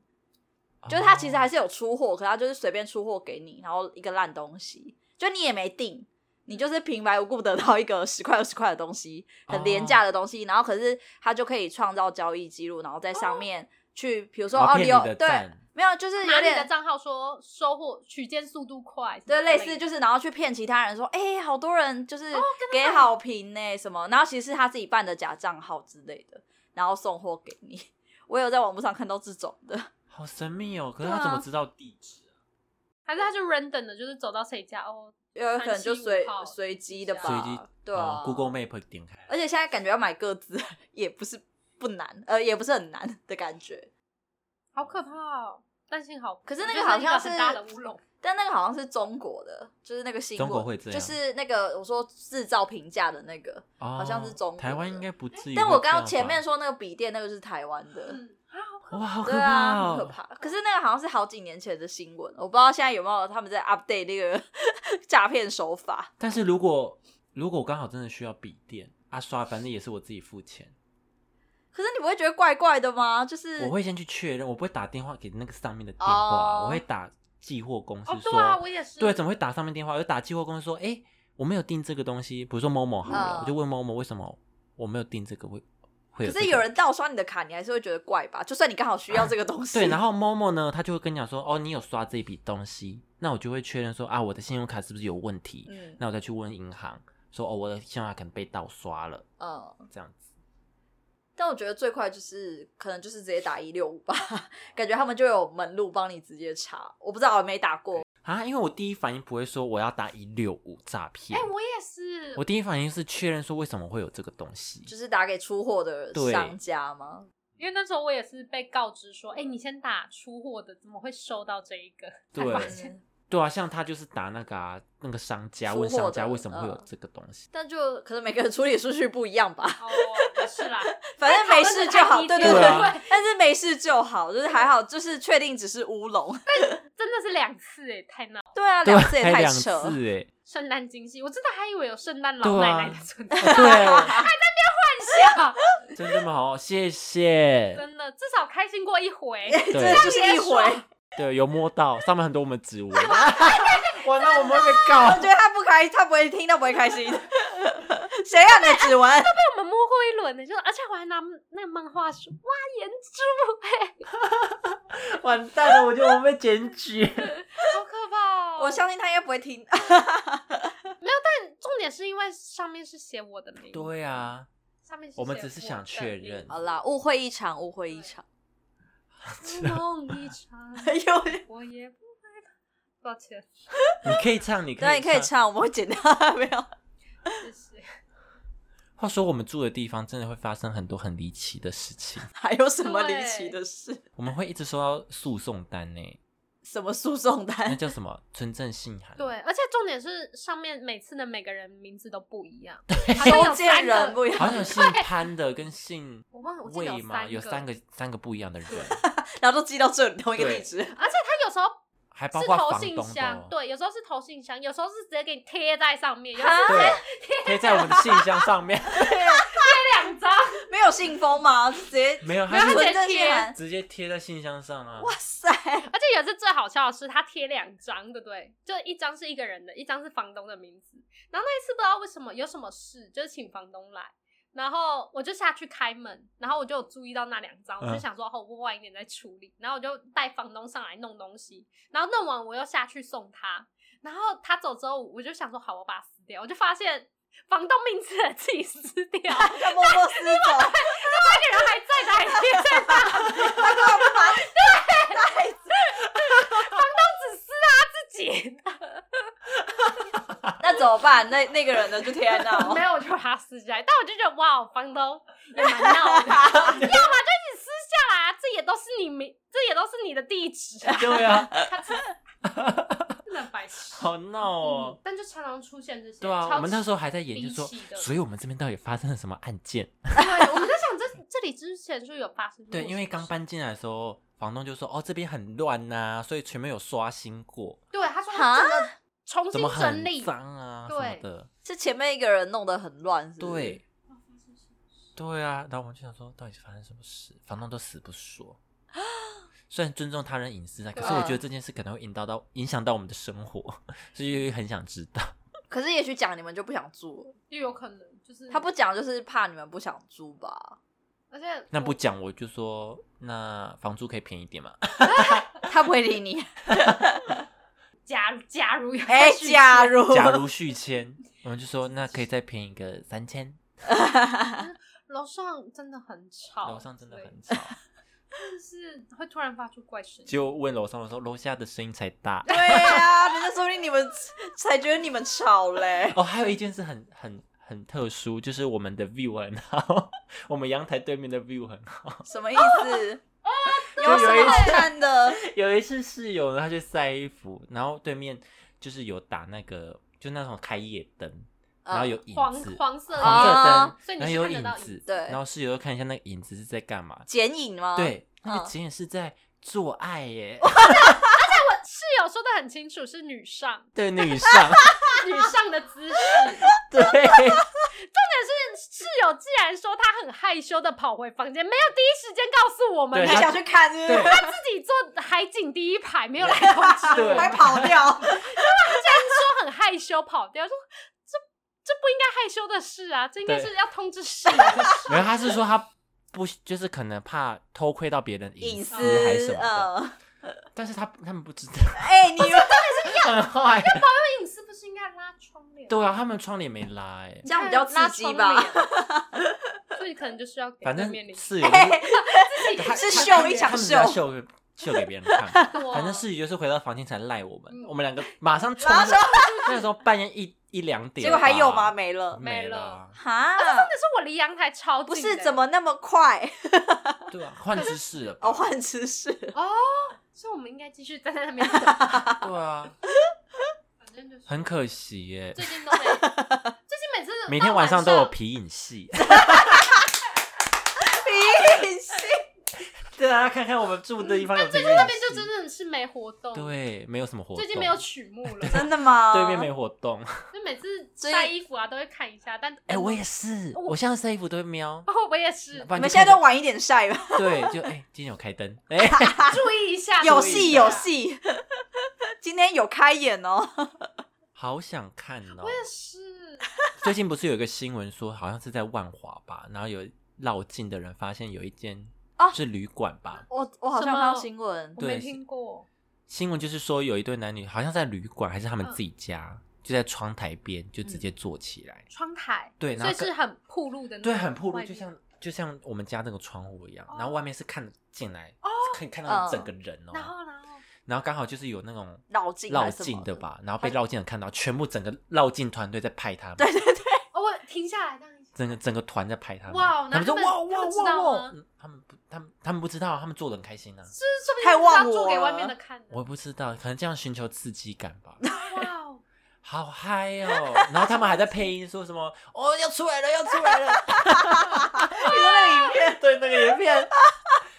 Speaker 3: 哦
Speaker 2: 就是他其实还是有出货，可他就是随便出货给你，然后一个烂东西，就你也没定，你就是平白无故得到一个十块二十块的东西，很廉
Speaker 3: 哦
Speaker 2: 价的东西，然后可是他就可以创造交易记录，然后在上面去，比如说
Speaker 3: 哦然后
Speaker 2: 哦，
Speaker 3: 骗
Speaker 2: 你
Speaker 3: 你
Speaker 2: 有
Speaker 3: 的
Speaker 2: 对
Speaker 3: 赞，
Speaker 2: 没有，就是
Speaker 1: 拿
Speaker 2: 有
Speaker 1: 你的
Speaker 2: 点
Speaker 1: 账号说收获取件速度快什么之
Speaker 2: 对，
Speaker 1: 的，
Speaker 2: 类似就是然后去骗其他人说，哎、好多人就是
Speaker 1: 哦
Speaker 2: 给
Speaker 1: 办
Speaker 2: 好评呢、什么，然后其实是他自己办的假账号之类的，然后送货给你。 <laughs> 我有在网络上看到这种的，
Speaker 3: 好神秘哦。可是
Speaker 2: 对啊
Speaker 3: 他怎么知道地址啊？
Speaker 1: 还是他就 random 的，就是走到谁家哦，
Speaker 2: 有可能就随
Speaker 1: 37号
Speaker 2: 随机的吧，
Speaker 3: 随机
Speaker 2: 对啊、
Speaker 3: 哦，Google Map 点开，
Speaker 2: 而且现在感觉要买个子 <laughs> 也不是不难，呃，也不是很难的感觉。
Speaker 1: 好可怕哦。但幸好，
Speaker 2: 可是那个
Speaker 1: 就
Speaker 2: 好
Speaker 1: 一
Speaker 2: 像
Speaker 1: 很
Speaker 2: 是
Speaker 1: 大的乌龙，
Speaker 2: 但那个好像是中国的，就是那个新闻，
Speaker 3: 中国会这
Speaker 2: 就
Speaker 3: 样
Speaker 2: 是那个我说制造评价的那个。
Speaker 3: 好
Speaker 2: 像是中国的
Speaker 3: 哦台湾应该不至于。
Speaker 2: 但我刚刚前面，说那个笔电，那个是台湾的，
Speaker 1: 嗯，啊，好可怕
Speaker 3: 哇，好可
Speaker 2: 对
Speaker 3: 怕
Speaker 2: 啊，很可
Speaker 3: 哦！
Speaker 2: 怕。可是那个好像是好几年前的新闻，我不知道现在有没有他们在 update 那个 <laughs> 诈骗手法。
Speaker 3: 但是如果如果我刚好真的需要笔电啊，刷反正也是我自己付钱，
Speaker 2: 可是你不会觉得怪怪的吗？就是
Speaker 3: 我会先去确认，我不会打电话给那个上面的电话，
Speaker 2: 哦
Speaker 3: 我会打寄货公司
Speaker 1: 哦，对啊，
Speaker 3: 说，
Speaker 1: 我也是，
Speaker 3: 对，怎么会打上面电话？我就打寄货公司说，哎，我没有订这个东西，比如说某某好
Speaker 2: 嗯，
Speaker 3: 了我就问某某为什么我没有订这个，会会
Speaker 2: 可
Speaker 3: 这
Speaker 2: 是
Speaker 3: 个
Speaker 2: 有人盗刷你的卡，你还是会觉得怪吧？就算你刚好需要这个东西，
Speaker 3: 对，然后 Momo 呢，他就会跟你讲说，哦，你有刷这笔东西，那我就会确认说，啊，我的信用卡是不是有问题？
Speaker 2: 嗯
Speaker 3: 那我再去问银行说，哦，我的信用卡可能被盗刷了，
Speaker 2: 嗯，
Speaker 3: 这样子。
Speaker 2: 但我觉得最快就是可能就是直接打一六五吧， <laughs> 感觉他们就有门路帮你直接查。我不知道，我没打过。
Speaker 3: 啊，因为我第一反应不会说我要打一六五诈骗，
Speaker 1: 哎，我也是，
Speaker 3: 我第一反应是确认说为什么会有这个东西。
Speaker 2: 就是打给出货的
Speaker 3: 对
Speaker 2: 商家吗？
Speaker 1: 因为那时候我也是被告知说，哎、你先打出货的，怎么会收到这一个？ <laughs> 哦才
Speaker 3: 对
Speaker 1: 发现
Speaker 2: 嗯
Speaker 3: 对啊，像他就是打那个、啊、那个商家，
Speaker 2: 出
Speaker 3: 问商
Speaker 2: 货
Speaker 3: 家
Speaker 2: 的
Speaker 3: 为什么会有
Speaker 2: 嗯
Speaker 3: 这个东西。
Speaker 2: 但就可能每个人处理顺序不一样吧，
Speaker 1: 哦，也是啦，
Speaker 2: 反正没事就好。
Speaker 1: 因为
Speaker 2: 对
Speaker 1: 讨论的
Speaker 2: 对
Speaker 3: 太低级了
Speaker 2: 对，但是没事就好，就是还好，就是确定只是乌龙。 <laughs>
Speaker 1: 真的是两次哎、太闹。
Speaker 2: 对啊，
Speaker 3: 对啊，
Speaker 2: 两次也
Speaker 3: 还
Speaker 2: 太
Speaker 3: 两
Speaker 2: 扯
Speaker 3: 次
Speaker 2: 了。 <laughs>
Speaker 3: 哎、
Speaker 1: 圣诞惊喜，我真的还以为有圣诞
Speaker 3: 对
Speaker 1: 老
Speaker 3: 啊
Speaker 1: 奶奶的存在， <laughs>
Speaker 3: 对，
Speaker 1: 啊
Speaker 3: 真的吗？好，谢谢。
Speaker 1: 真的至少开心过一回。 <laughs>
Speaker 2: 真
Speaker 3: 对
Speaker 2: 的就是
Speaker 1: 这样
Speaker 2: 一回，
Speaker 1: 也
Speaker 2: 我
Speaker 1: 爽
Speaker 3: 对，有摸到上面很多我们指纹。哇，那我们会被
Speaker 2: <laughs>
Speaker 3: 告。
Speaker 2: 觉得他不开，他不会听到不会开心。谁让你的指纹？
Speaker 1: 我们摸过一轮的，就是而且我还拿那个漫画书，哇，眼珠，
Speaker 3: 完蛋了，我觉得我被检举。
Speaker 1: 好可怕、哦！
Speaker 2: <laughs> 我相信他应该不会听。 <laughs>
Speaker 1: 重点是因为上面是写我的名字，
Speaker 3: <laughs> 对啊，
Speaker 1: 上面
Speaker 3: 我们只是想确认。
Speaker 2: 好啦，误会一场，误会一 <laughs> 场。
Speaker 3: <laughs>
Speaker 1: 梦一场，
Speaker 2: 又
Speaker 1: 我也不会抱歉，
Speaker 3: 你可以唱，你可以
Speaker 2: 啊对，你可以唱，我们会剪掉，没有。 <laughs>
Speaker 1: 谢谢。
Speaker 3: 话说，我们住的地方真的会发生很多很离奇的事情，
Speaker 2: 还有什么离奇的事？
Speaker 3: 我们会一直收到诉讼单呢，
Speaker 2: 什么诉讼
Speaker 3: 那
Speaker 2: <laughs> 单？
Speaker 3: 叫什么存证信函？
Speaker 1: 对，而且重点是上面每次的每个人名字都不一样，好像
Speaker 2: 收
Speaker 1: 有
Speaker 2: 件
Speaker 1: 三
Speaker 2: 人
Speaker 1: 个，
Speaker 2: 不一
Speaker 3: 好
Speaker 2: 样
Speaker 3: 像，有姓潘的跟姓
Speaker 1: 我忘了，我记得
Speaker 3: 魏嘛，有
Speaker 1: 有
Speaker 3: 三
Speaker 1: 三
Speaker 3: 个三个不
Speaker 1: <laughs>
Speaker 3: 一样的人，
Speaker 2: <laughs> 然后都寄到这里同一个
Speaker 3: 对
Speaker 2: 地址。
Speaker 1: 而且他有时候
Speaker 3: 还包
Speaker 1: 是
Speaker 3: 括
Speaker 1: 投
Speaker 3: 房
Speaker 1: 信
Speaker 3: 东的
Speaker 1: 箱，
Speaker 3: 哦。
Speaker 1: 对，有时候是投信箱，有时候是直接给你贴在上面，有时候
Speaker 2: 啊，
Speaker 3: <laughs> 对，可以在我们的信箱上面，
Speaker 1: 贴两张，
Speaker 2: 没有信封吗？直接
Speaker 3: <laughs> 没有，
Speaker 1: 没有
Speaker 3: 他
Speaker 1: 他
Speaker 3: 是
Speaker 1: 直接
Speaker 2: 存证信
Speaker 1: 贴
Speaker 2: 函。
Speaker 3: 直接贴在信箱上啊。
Speaker 2: 哇塞，
Speaker 1: 而且有一次最好笑的是，他贴两张，对不对？就一张是一个人的，一张是房东的名字。然后那一次不知道为什么有什么事，就是请房东来，然后我就下去开门，然后我就有注意到那两张，我就
Speaker 3: 嗯
Speaker 1: 想说，哦，我晚一点再处理。然后我就带房东上来弄东西，然后弄完我又下去送他，然后他走之后，我就想说，好，我把它撕掉，我就发现。房东名字自己撕 <laughs> 掉，那
Speaker 2: 他默默撕走，
Speaker 1: 个人还在哪里贴在
Speaker 2: <laughs> 他干嘛把
Speaker 1: 只撕他自己的。
Speaker 2: <laughs> 那怎么办？那那个人呢？就贴在那哦
Speaker 1: 没。有，我就把它撕下来。但我就觉得，哇，房东也蛮闹的，要么
Speaker 3: <laughs>
Speaker 1: 就一起撕下来、啊，这也都是你名，这也都是你的地址、啊。
Speaker 3: 对啊，
Speaker 1: 他只
Speaker 3: <laughs>
Speaker 1: 真的白痴。
Speaker 3: 好闹
Speaker 1: 嗯
Speaker 3: 哦。，
Speaker 1: 但就常常出现这些。
Speaker 3: 对啊，
Speaker 1: 超
Speaker 3: 我们那时候还在研究说
Speaker 1: 离奇，的
Speaker 3: 所以我们这边到底发生了什么案件？
Speaker 1: 对，我们在想这这里之前就有发生过
Speaker 3: 对，因为刚搬进来的时候，房东就说：“哦，这边很乱呐、所以全面有刷新过，
Speaker 1: 对他说他真的重
Speaker 3: 怎
Speaker 1: 新
Speaker 3: 么
Speaker 1: 整
Speaker 3: 很
Speaker 1: 理，
Speaker 3: 脏啊什
Speaker 1: 对
Speaker 3: 么的。
Speaker 2: <laughs> 是前面一个人弄得很乱，”是不是
Speaker 3: 对，，对啊。然后我们就想说，到底是发生什么事？房东都死不 <gasps> 说。虽然尊重他人隐私啊，可是我觉得这件事可能会引导到影响到我们的生活， <laughs> 所以很想知道。
Speaker 2: 可是也许讲你们就不想租了，
Speaker 1: 就有可能就是
Speaker 2: 他不，讲就是怕你们不想租吧？
Speaker 1: 而且
Speaker 3: 那不讲我就说，那房租可以便宜一点嘛？
Speaker 2: 他不会理 <laughs> 你。
Speaker 1: 假如假如有
Speaker 2: 哎，
Speaker 1: 续
Speaker 2: 假如
Speaker 3: 假如续签，我们就说那可以再便宜个三千。
Speaker 1: 楼上真的很吵，
Speaker 3: 楼上真的很吵，
Speaker 1: 就是会突然发出怪声音。
Speaker 3: 就问楼上我说楼下的声音才大。
Speaker 2: 对啊呀、人家说不定你们才觉得你们吵 <laughs> 嘞。
Speaker 3: 哦，还有一件事很很很特殊，就是我们的 view 很好，我们阳台对面的 view 很好。
Speaker 2: 什么意思？ <laughs> 有什么好看的？
Speaker 3: 有一次室友呢，他去晒衣服，然后对面就是有打那个，就那种开夜灯，然
Speaker 2: 呃
Speaker 3: 后有影
Speaker 1: 黄
Speaker 3: 子，
Speaker 1: 呃黄色的哦
Speaker 3: 黄色灯，
Speaker 2: 啊
Speaker 1: 所以你
Speaker 3: 然后
Speaker 1: 是看得
Speaker 3: 有影
Speaker 1: 到影
Speaker 3: 子，
Speaker 2: 对
Speaker 3: 然后室友又看一下那个影子是在干嘛，
Speaker 2: 剪影吗？，
Speaker 3: 对，那个
Speaker 2: 嗯
Speaker 3: 景也是在做爱耶，
Speaker 1: 室友说的很清楚，是女上
Speaker 3: 对，女
Speaker 2: <laughs>
Speaker 3: 上，
Speaker 1: 女上的姿势。但
Speaker 3: 对，
Speaker 1: 是室友既然说他很害羞的跑回房间，没有第一时间告诉我们，
Speaker 3: 对
Speaker 2: 你
Speaker 1: 他
Speaker 2: 想去看是不
Speaker 3: 对
Speaker 2: 是？
Speaker 1: 他自己坐海景第一排，没有来通
Speaker 2: <laughs>
Speaker 1: 知我
Speaker 3: 对
Speaker 1: 们，
Speaker 2: 还跑掉，
Speaker 1: 说很害羞跑掉，说这这不应该害羞的事啊，这应该
Speaker 3: 对
Speaker 1: 是要通知室友 <laughs> 的事。
Speaker 3: 没有，他是说他不就是可能怕偷窥到别人的
Speaker 2: 隐
Speaker 3: <laughs> 隐
Speaker 2: 私
Speaker 3: 还是什么的，
Speaker 2: 嗯，
Speaker 3: 但是他他们不知道，
Speaker 2: 哎、你们
Speaker 3: <laughs> 很坏。
Speaker 1: 那隐私不是应该拉窗帘？
Speaker 3: 对啊，他们窗帘没拉哎、
Speaker 2: 这样比较刺激吧
Speaker 1: 拉窗帘？所以可能就是要给
Speaker 3: 反
Speaker 1: 对
Speaker 3: 正
Speaker 1: 面邻居
Speaker 3: 室友
Speaker 2: <laughs>
Speaker 3: 就是
Speaker 1: 自己
Speaker 2: 是
Speaker 1: 看
Speaker 2: 秀一
Speaker 3: 他
Speaker 2: 场
Speaker 3: 们只
Speaker 2: 秀
Speaker 3: 要，秀
Speaker 2: <laughs>
Speaker 3: 给秀给别人看。
Speaker 1: 多啊
Speaker 3: 反正室友就是回到房间才赖我们
Speaker 1: 嗯，
Speaker 3: 我们两个马上冲
Speaker 2: 马
Speaker 3: 出
Speaker 2: 上
Speaker 3: 那时候半夜一一两点吧，嗯
Speaker 2: 结果还有吗？没了。
Speaker 1: 没
Speaker 3: 没
Speaker 1: 了
Speaker 3: 了，
Speaker 2: 哈，
Speaker 1: 但是我离阳台超
Speaker 2: 不
Speaker 1: 近的，
Speaker 2: 是怎么那么快？
Speaker 3: 对啊，换姿势
Speaker 2: <laughs>
Speaker 3: 了吧，
Speaker 2: 哦，换姿势。
Speaker 1: 哦，所以我们应该继续站在那边
Speaker 2: <laughs>
Speaker 1: 等。反
Speaker 3: 对啊，
Speaker 1: 正就是
Speaker 3: 很可惜耶
Speaker 1: 最，
Speaker 3: <laughs>
Speaker 1: 近都没，最近每次
Speaker 3: 每
Speaker 1: 到
Speaker 3: 天晚
Speaker 1: 晚
Speaker 3: 上都有皮影戏，
Speaker 2: 明星
Speaker 3: <laughs> 对啊，看看我们住的地方有皮影
Speaker 1: 那边就
Speaker 3: 戏
Speaker 1: 真的是没活动，，
Speaker 3: 对，没有什么活动，
Speaker 1: 最近没有曲目了，
Speaker 2: 真的吗？
Speaker 3: 对面没活
Speaker 1: <laughs>
Speaker 3: 动，
Speaker 1: 就每次
Speaker 2: 所以
Speaker 1: 晒衣服啊都会看一下，但
Speaker 3: 哎，我也是，
Speaker 1: 我
Speaker 3: 我现在晒衣服都会瞄，
Speaker 1: <laughs> 哦我也
Speaker 3: <laughs>
Speaker 1: 是 <laughs>
Speaker 3: 不
Speaker 2: 你
Speaker 3: 然就
Speaker 2: 们现在都
Speaker 3: 看
Speaker 2: 晚一点晒
Speaker 3: <laughs>
Speaker 2: 吧，
Speaker 3: 着对，就哎，今天有开灯，哎，
Speaker 1: 注意一下，
Speaker 2: 有
Speaker 1: 注意
Speaker 2: 戏
Speaker 1: 一下
Speaker 2: 有。
Speaker 3: 啊
Speaker 2: 戏。 <laughs> 今天有开演哦，
Speaker 3: 好想看哦
Speaker 1: 我！也是，
Speaker 3: 最近不是有一个新闻说，好像是在万华吧，然后有绕境的人发现有一间
Speaker 2: 哦
Speaker 3: 是旅馆吧，
Speaker 2: 我我好像看到新闻
Speaker 1: 我，
Speaker 3: 对
Speaker 1: 没听过。
Speaker 3: 新闻就是说有一对男女好像在旅馆还是他们
Speaker 1: 嗯
Speaker 3: 自己家，就在窗台边就直接坐起来，
Speaker 1: 窗台，
Speaker 3: 对
Speaker 1: 所
Speaker 3: 然后
Speaker 1: 以是很铺路的那种
Speaker 3: 对，
Speaker 1: 外面，
Speaker 3: 很暴露，就像就像我们家那个窗户一样，然后外面是看得进来，可以看到你整个人
Speaker 1: 哦嗯然
Speaker 3: 哦，
Speaker 1: 后然后
Speaker 3: 然后刚好就是有那种。
Speaker 2: 绕境
Speaker 3: 绕
Speaker 2: 还是什
Speaker 3: 境
Speaker 2: 么
Speaker 3: 的？吧，然后被绕境的看到，全部整个绕境团队在拍他们，
Speaker 2: 对对对，
Speaker 1: 哦，我停下来这样一下，
Speaker 3: 整个整个团在拍他们，
Speaker 1: 哇哦
Speaker 3: 他们说
Speaker 1: 那
Speaker 3: 哇
Speaker 1: 他们
Speaker 3: 哇
Speaker 1: 他们知道
Speaker 3: 哇哇
Speaker 1: 吗，
Speaker 3: 嗯他们不，他们他们不知道，他们做的很开心啊，
Speaker 1: 就是说不定
Speaker 2: 太
Speaker 1: 是
Speaker 2: 忘
Speaker 1: 要做给
Speaker 2: 我了
Speaker 1: 外面的看的。
Speaker 3: 我不知道，可能这样寻求刺激感吧，
Speaker 1: 哇哦，
Speaker 3: <laughs> 好嗨哦，然后他们还在配音说什么哦要出来了要出来了，
Speaker 1: <laughs>
Speaker 2: 你说那个影片，
Speaker 3: 对那个
Speaker 1: <laughs>
Speaker 3: 影片，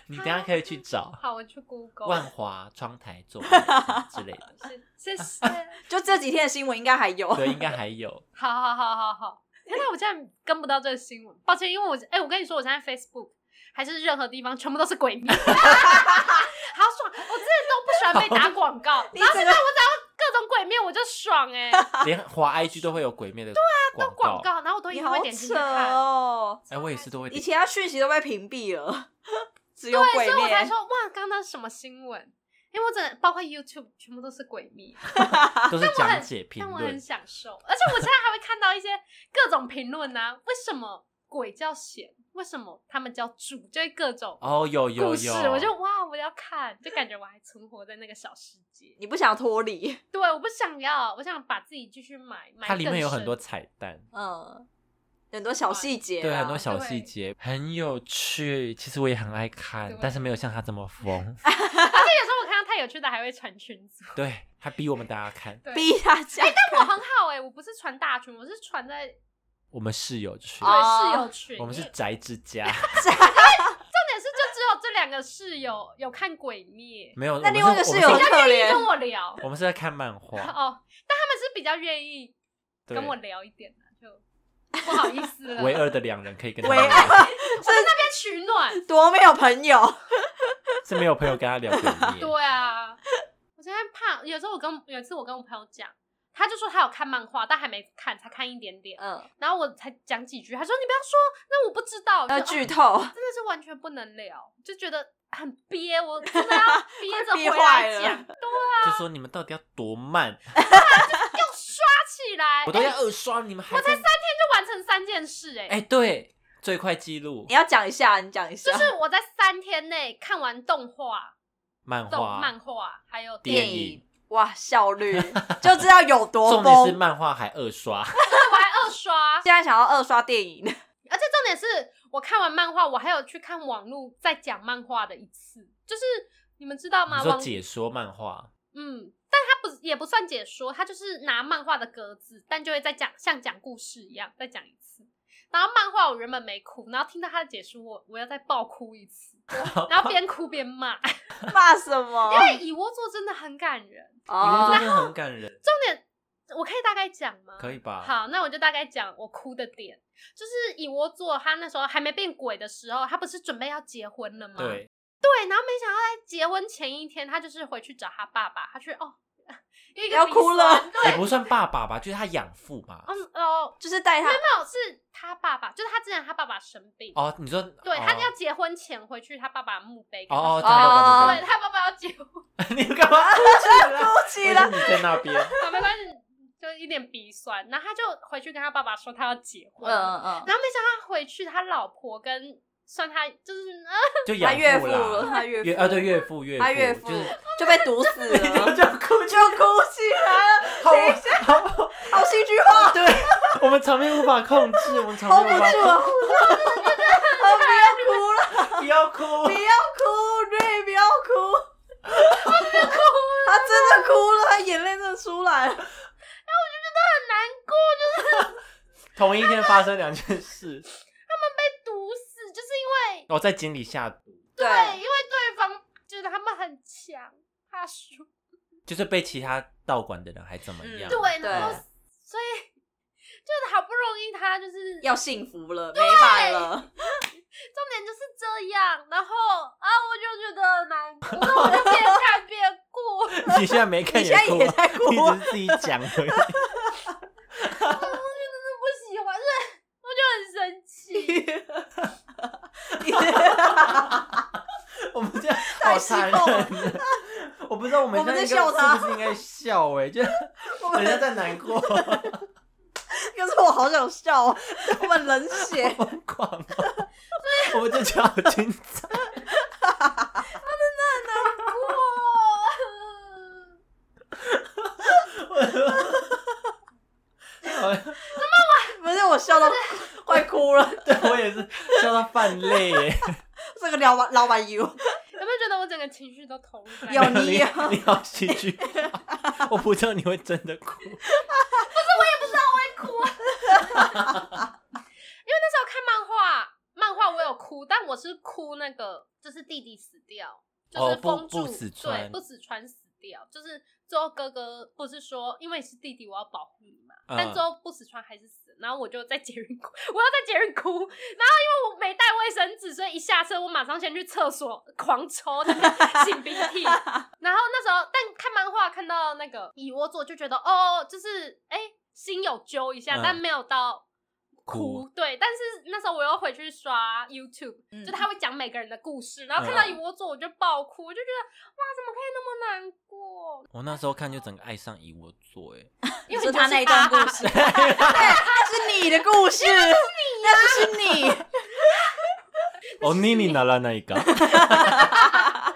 Speaker 3: 你等一下可以去找
Speaker 1: 好，我去 Google。
Speaker 3: 万华窗台做
Speaker 1: <laughs>
Speaker 3: 爱之类的，
Speaker 1: 谢谢
Speaker 3: <laughs>
Speaker 1: 谢。
Speaker 2: 就这几天的新闻应该还有。 <laughs>
Speaker 3: 对，应该
Speaker 1: <laughs>
Speaker 3: 还有，
Speaker 1: 好好好好好，原来我现在跟不到这个新闻，抱歉，因为我哎、我跟你说，我现在 Facebook 还是任何地方全部都是鬼 <laughs> 灭，好爽！我之前都不喜欢被打广告，
Speaker 2: 你
Speaker 1: 然后
Speaker 2: 整
Speaker 1: 现
Speaker 2: 个
Speaker 1: 在
Speaker 2: <laughs>
Speaker 1: 我只要各种鬼灭我就爽哎、
Speaker 3: 连华 IG 都会有鬼灭的广
Speaker 1: 广
Speaker 3: 告，
Speaker 1: 告，然后我啊都一
Speaker 2: 你
Speaker 1: 定
Speaker 2: 好
Speaker 1: 会点进去
Speaker 2: 扯
Speaker 1: 看。
Speaker 2: 哦！
Speaker 3: 哎，我也是都会
Speaker 2: 以
Speaker 3: 点，
Speaker 2: 前他讯息都被屏蔽了， <laughs> 只有
Speaker 1: 对，
Speaker 2: 鬼
Speaker 1: 所以我才
Speaker 2: 面
Speaker 1: 说哇，刚刚那是什么新闻？因为我整包括 YouTube 全部都是鬼灭，
Speaker 3: 都是
Speaker 1: <laughs> 但我
Speaker 3: 讲
Speaker 1: 很
Speaker 3: 解评
Speaker 1: 但我
Speaker 3: 论
Speaker 1: 很，享受，而且我现在还会看到一些各种评论呐，为什么鬼叫咸？为什么他们叫柱？就会各种
Speaker 3: 哦有有
Speaker 1: 故事，
Speaker 3: 有，
Speaker 1: 我就哇，我要看，就感觉我还存活在那个小世界。
Speaker 2: 你不想脱离，
Speaker 1: 对，我不想要，我想把自己继续买买。
Speaker 3: 它里面有很多，彩蛋。
Speaker 2: 嗯，很多小细节啊，
Speaker 3: 对，很多小
Speaker 1: 对
Speaker 3: 细节很有趣。其实我也很爱看
Speaker 1: 对，
Speaker 3: 但是没有像他
Speaker 1: <laughs>
Speaker 3: 这么疯。
Speaker 1: 而且有时候我看到太有趣的，还会传群
Speaker 3: <laughs>
Speaker 1: 组。
Speaker 3: 对他逼我们大家看，
Speaker 1: 对，
Speaker 2: 逼大家。
Speaker 1: 但我很好哎、我不是传大群，我是传在对
Speaker 3: 我们室友去，
Speaker 2: 哦
Speaker 1: 室友群。
Speaker 3: 我们是
Speaker 1: 因为
Speaker 3: 宅之
Speaker 1: <laughs>
Speaker 3: 家，
Speaker 1: 重点是，就只有这两个室友有看《鬼灭
Speaker 3: 没
Speaker 2: 那
Speaker 3: 有。我们
Speaker 2: 另外一
Speaker 3: 是
Speaker 2: 个室
Speaker 3: 我
Speaker 2: 友
Speaker 3: 们
Speaker 2: 很
Speaker 3: 是
Speaker 2: 可》，
Speaker 1: 跟
Speaker 2: 怜，
Speaker 1: 我聊
Speaker 3: 我们是在看漫
Speaker 1: <laughs>
Speaker 3: 画，
Speaker 1: 哦，但他们是比较愿意
Speaker 3: 对
Speaker 1: 跟我聊一点的，就不好意思了，
Speaker 3: 唯二的两人可以
Speaker 1: <laughs>
Speaker 3: 跟他
Speaker 2: 唯
Speaker 3: 聊，
Speaker 1: 在取暖。
Speaker 2: 多没有朋友。
Speaker 3: 是没有朋友跟他聊鬼灭。
Speaker 1: <laughs> 对啊，我现在怕，有时候我跟有一次我跟我朋友讲，他就说他有看漫画，但还没看，才看一点点。
Speaker 2: 嗯，
Speaker 1: 然后我才讲几句，他说你不要说，那我不知道。
Speaker 2: 要
Speaker 1: 就
Speaker 2: 剧
Speaker 1: 哦
Speaker 2: 透，
Speaker 1: 真的是完全不能聊，就觉得很憋，我真的要憋着
Speaker 2: 憋
Speaker 1: 回来
Speaker 2: 坏了
Speaker 1: 讲，
Speaker 3: 就说你们到底要多慢，
Speaker 2: 哎
Speaker 1: 发起来，哎
Speaker 3: 我都要二刷，你们还在
Speaker 1: 就完成三件事、哎、
Speaker 3: 哎，对，最快记录
Speaker 2: 你要讲一下，你讲一下
Speaker 1: 就。是我在三天内看完动画、
Speaker 3: 漫
Speaker 1: 动
Speaker 3: 画，
Speaker 1: 漫画，还有
Speaker 3: 电
Speaker 1: 电
Speaker 3: 影
Speaker 1: 影，
Speaker 2: 哇，效率
Speaker 3: <laughs>
Speaker 2: 就知道有多
Speaker 3: 重点是
Speaker 2: 疯。
Speaker 3: 漫画还二刷，
Speaker 1: 我还二刷，
Speaker 2: 现在想要二刷电影， <laughs>
Speaker 1: 而且重点是我看完漫画，我还有去看网络在讲漫画的一次，就是你们知道
Speaker 3: <laughs> 你
Speaker 1: 吗？
Speaker 3: 说
Speaker 1: 网
Speaker 3: 解说漫画，
Speaker 1: 嗯，但他不也不算解说，他就是拿漫画的格子，但就会再讲像讲故事一样再讲一次。然后漫画我原本没哭，然后听到他的解说，我我要再爆哭一
Speaker 3: <laughs>
Speaker 1: 次，然后边哭边骂，
Speaker 3: 哦
Speaker 2: 骂什么
Speaker 1: 因？为蚁窝座真的很感人。
Speaker 3: 你们
Speaker 2: 哦
Speaker 3: 真，的很感人，
Speaker 1: 我可以大概讲吗？
Speaker 3: 可以啊吧？
Speaker 1: 好，那我就大概讲我哭的点，就是蚁窝座他那时候还没变鬼的时候，他不是准备要结婚了吗？
Speaker 3: 对，
Speaker 1: 对，然后没想到在结婚前一天，他就是回去找他爸爸，他去哦，有一个
Speaker 2: 要
Speaker 1: 鼻
Speaker 2: 哭
Speaker 1: 酸
Speaker 2: 了
Speaker 3: 也不算爸爸吧，就是他养父嘛。
Speaker 1: 嗯哦，
Speaker 2: 就是带
Speaker 3: <laughs>
Speaker 2: 他
Speaker 1: 没有是他爸爸，就是他之前他爸爸生病，
Speaker 3: 哦，你说
Speaker 1: 对
Speaker 3: 哦
Speaker 1: 他要结婚前回去他爸爸的墓碑给他
Speaker 3: 哦哦，
Speaker 1: 烧
Speaker 2: 他爸爸
Speaker 1: 对他爸爸要结婚，
Speaker 3: <laughs> 你干嘛？
Speaker 2: 哭泣
Speaker 3: 为
Speaker 2: 了
Speaker 3: 什。么你在那边，
Speaker 1: 好没关系，就一点鼻酸，然后他就回去跟他爸爸说他要结婚，
Speaker 2: 嗯嗯，
Speaker 1: 然后没想到他回去他老婆跟算他就是、呃、
Speaker 3: 就
Speaker 2: 他
Speaker 3: 养
Speaker 2: 岳父
Speaker 3: 啦，
Speaker 2: 了，他岳
Speaker 3: 岳
Speaker 2: 父
Speaker 3: 啊对岳父岳父，
Speaker 2: 他岳父 <laughs>
Speaker 3: 就是
Speaker 2: 就被毒死
Speaker 3: <laughs>
Speaker 2: 了，
Speaker 3: 就哭，
Speaker 2: 就哭起来了，
Speaker 3: 好好，哦
Speaker 2: 好戏剧化，对，
Speaker 3: 我们场面无法控制，我们场
Speaker 2: ，hold
Speaker 3: 面
Speaker 2: 不
Speaker 3: 无法
Speaker 2: <laughs> 住了，不要哭了。不
Speaker 3: 不要哭
Speaker 2: 要哭，瑞，不要哭。
Speaker 3: <laughs>
Speaker 2: 他真的哭了，他眼泪真的出来了。
Speaker 3: 同一天发生两件
Speaker 1: 毒死，就
Speaker 3: 事，
Speaker 1: 是因为
Speaker 3: 我在井里下毒，
Speaker 2: 对
Speaker 1: 对，因为对方觉得他们很强，怕输，
Speaker 3: 就是被其他道馆的人还怎么
Speaker 2: 嗯
Speaker 3: 样？
Speaker 1: 对，
Speaker 2: 对
Speaker 1: 然后所以就是好不容易他就是
Speaker 2: 要幸福了，没法了。
Speaker 1: 重点就是这样，然后啊，我就觉得很难
Speaker 2: <laughs>
Speaker 1: 过，然后我就边看边哭，
Speaker 3: 你现在没看
Speaker 2: 你现在
Speaker 3: 哭
Speaker 2: 也
Speaker 3: 啊，
Speaker 2: 在哭
Speaker 3: 你
Speaker 2: 啊，
Speaker 3: 只是自己讲
Speaker 2: <laughs>
Speaker 3: 而已。
Speaker 1: 真的不喜欢，对，我就很生气。
Speaker 3: 我们这样
Speaker 2: 太
Speaker 3: 好残
Speaker 2: 失控
Speaker 3: 忍啊，我不知道我们
Speaker 2: 我们在
Speaker 3: 这样应该
Speaker 2: 笑他
Speaker 3: 是不是应该笑哎、就是
Speaker 2: 我
Speaker 3: 人家
Speaker 2: 们
Speaker 3: 在难过，
Speaker 2: <laughs> 可是我好想笑哦，我们冷血。
Speaker 3: 疯狂、哦，我们这就好精彩。
Speaker 1: 哦哇！
Speaker 2: 不是我笑到快哭了，
Speaker 3: 对我也是笑到泛泪耶。
Speaker 2: 这个老板老板
Speaker 1: <laughs>
Speaker 2: 油，
Speaker 1: 有没有觉得我整个情绪都投入在？
Speaker 2: 有
Speaker 1: 不
Speaker 2: 你啊
Speaker 3: 你好喜剧化，我不知道你会真的哭。
Speaker 1: 会哭，因为那时候看漫画，漫画我有哭，但我是哭那个就是弟弟死掉，就
Speaker 3: 哦
Speaker 1: 是
Speaker 3: 不
Speaker 1: 封住，
Speaker 3: 不死
Speaker 1: 对，
Speaker 3: 川
Speaker 1: 不死川死掉，就是最后哥哥不是说因为你是弟弟，我要保护你嘛，
Speaker 3: 嗯
Speaker 1: 但最后不死川还是死，然后我就在捷运哭， <laughs> 我要在捷运哭，然后因为我没带卫生纸，所以一下车我马上先去厕所狂抽，
Speaker 3: <laughs>
Speaker 1: 在那边擤鼻涕。然后那时候，但看漫画看到那个蚁窝座就觉得哦，就是哎、心有揪一下，
Speaker 3: 嗯
Speaker 1: 但没有到
Speaker 3: 哭
Speaker 1: 哭。对，但是那时候我又回去刷 YouTube，、
Speaker 2: 嗯
Speaker 1: 就他会讲每个人的故事，然后看到蚁窝座我就爆哭，我就觉得哇，怎么可以那么难过？
Speaker 3: 我那时候看就整个爱上以我做哎，
Speaker 1: 因为就
Speaker 2: 是他那一段故
Speaker 1: 他
Speaker 2: 事，对，那是你的故事，那就是你。啊
Speaker 1: <laughs>
Speaker 3: 哦妮妮拿了那一个，哎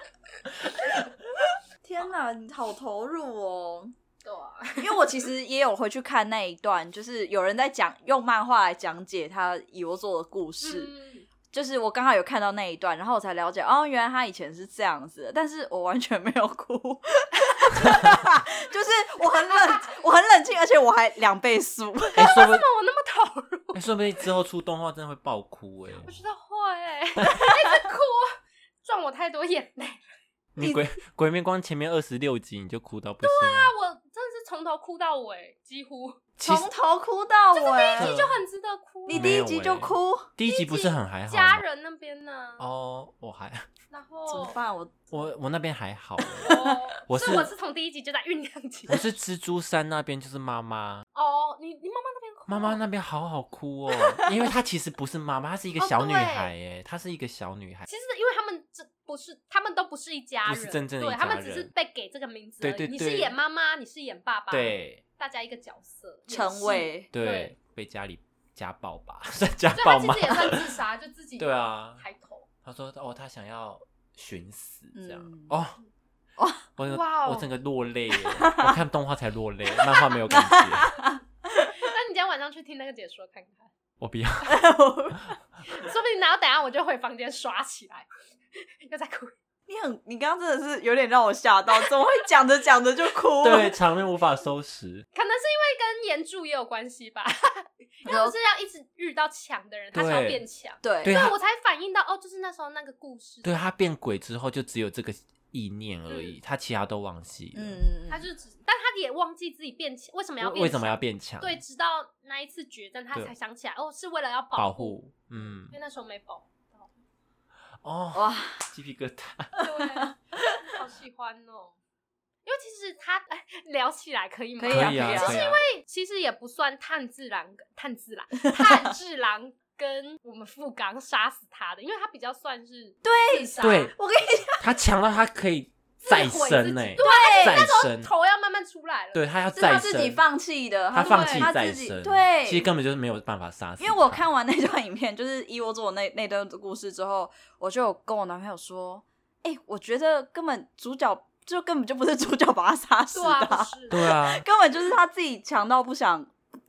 Speaker 2: 天哪，你好投入哦！
Speaker 1: 对啊
Speaker 2: 因为我其实也有回去看那一段，就是有人在讲用漫画来讲解他以我做的故事，
Speaker 1: <laughs> 嗯
Speaker 2: 就是我刚好有看到那一段，然后我才了解哦，原来他以前是这样子的，但是我完全没有哭，就是我很冷，我很冷静，而且我还两倍速，
Speaker 3: 哎、说不定、
Speaker 1: 我那么投入，
Speaker 3: 哎说不定之后出动画真的会爆哭哎、
Speaker 1: <laughs> 我觉得会、欸， <laughs> 一直哭，赚我太多眼泪。
Speaker 3: 你鬼鬼灭光前面二十六集你就哭到不行了、
Speaker 1: 那我真的是从头哭到尾，几乎
Speaker 3: 其实
Speaker 2: 从头哭到
Speaker 3: 这欸
Speaker 2: 尾，
Speaker 1: 就很值得哭。啊
Speaker 2: 你第一集就哭，
Speaker 3: 第一集不是很还好吗
Speaker 1: 家人那边呢？
Speaker 3: 哦，我还
Speaker 1: 然
Speaker 2: 怎么
Speaker 1: 后
Speaker 2: 办？我
Speaker 3: 我我那边还好欸，
Speaker 1: 哦
Speaker 3: 我
Speaker 1: 所
Speaker 3: 是
Speaker 1: 以我是从第一集就在酝酿起
Speaker 3: 我。是蜘蛛山那边就是妈妈，
Speaker 1: 哦，你你妈妈那边哭？
Speaker 3: 妈妈那边好好哭哦，因为她其实不是妈妈，她是一个
Speaker 1: 哦
Speaker 3: 小女
Speaker 1: 对
Speaker 3: 孩哎，她是一个小女孩，
Speaker 1: 其实因为他们这不是，他们都不是一家
Speaker 3: 不
Speaker 1: 人，
Speaker 3: 是真正的一
Speaker 1: 对
Speaker 3: 家
Speaker 1: 他
Speaker 3: 人
Speaker 1: 们只是被给这个名字而已。
Speaker 3: 对对
Speaker 1: 你
Speaker 3: 对
Speaker 1: 是演妈妈，你是演爸爸，，
Speaker 3: 对
Speaker 1: 大家一个角色。
Speaker 2: 成为
Speaker 3: 对，
Speaker 1: 对
Speaker 3: 被家里家暴吧， <laughs> 算家
Speaker 1: 也是，所以
Speaker 3: 暴
Speaker 1: 他
Speaker 3: 吗
Speaker 1: 其？实也算自杀，就自己
Speaker 3: 对啊，
Speaker 1: 抬头。
Speaker 3: 她说哦，她想要寻死这样
Speaker 2: 嗯
Speaker 3: 哦。
Speaker 2: 哇
Speaker 3: 我
Speaker 1: 哇哦
Speaker 3: 我整个落泪耶，我看动画才落泪，漫画没有感觉。
Speaker 1: 那你今天晚上去听那个解说看看，
Speaker 3: 我不要，
Speaker 1: 说不定然后等一下我就回房间刷起来， <laughs> 又在哭。
Speaker 2: <laughs> 你很，你刚刚真的是有点让我吓到，怎么会讲着讲着就哭了？
Speaker 3: 对，场面无法收拾。
Speaker 1: 可能是因为跟岩柱也有关系
Speaker 2: <laughs>
Speaker 1: 吧，因为我是要一直遇到强的人，他
Speaker 3: 对
Speaker 1: 才要变强，
Speaker 2: 对
Speaker 3: 对
Speaker 1: 所以
Speaker 3: 他
Speaker 1: 我才反应到哦，就是那时候那个故事，
Speaker 3: 对他变鬼之后，就只有这个意念而已，他其他都忘记了。
Speaker 2: 嗯，
Speaker 1: 他就只，但他也忘记自己变强，为什么要变强？
Speaker 3: 为为什么要变强？
Speaker 1: 对，，直到那一次决战，他
Speaker 3: 对
Speaker 1: 才想起来，哦，是为了要保
Speaker 3: 保，护。嗯
Speaker 1: 因，为那时候没
Speaker 2: <laughs>
Speaker 1: 保护到。
Speaker 3: 哦，
Speaker 2: 哇，
Speaker 3: 鸡皮疙瘩。
Speaker 1: 对，好喜欢哦。因为其实他哎，聊起来可以吗？
Speaker 2: 可以啊
Speaker 3: 以啊，
Speaker 2: 可以啊
Speaker 3: 可以啊。
Speaker 1: 其实也不算炭治郎跟，炭治郎，
Speaker 2: <laughs>
Speaker 1: 炭治郎跟我们富冈杀死他的，因为他比较算是对
Speaker 3: 对
Speaker 2: 我跟你
Speaker 3: 他强到他可以
Speaker 1: 自
Speaker 3: 再
Speaker 1: 毁
Speaker 3: 生
Speaker 1: 自
Speaker 3: 呢、
Speaker 1: 己对，
Speaker 3: 再
Speaker 1: 那时候
Speaker 3: 生。
Speaker 1: 头要慢慢出来了。
Speaker 3: 对他要
Speaker 2: 是他
Speaker 3: 再生，
Speaker 2: 自己放弃的，
Speaker 3: 他
Speaker 2: 是
Speaker 3: 放弃
Speaker 2: 他
Speaker 3: 再
Speaker 2: 自己
Speaker 3: 生，
Speaker 2: 对，
Speaker 3: 其实根本就是没有办法杀死。
Speaker 2: 因为我，看完那段影片，就是一窝做那那段故事之后，我就有跟我男朋友说，哎、我觉得根本主角就根本就不是主角把他杀死
Speaker 1: 对
Speaker 2: 的
Speaker 1: 啊，
Speaker 2: 啊、
Speaker 1: 不是，
Speaker 3: 对啊，
Speaker 2: 根本就是他自己强到不想，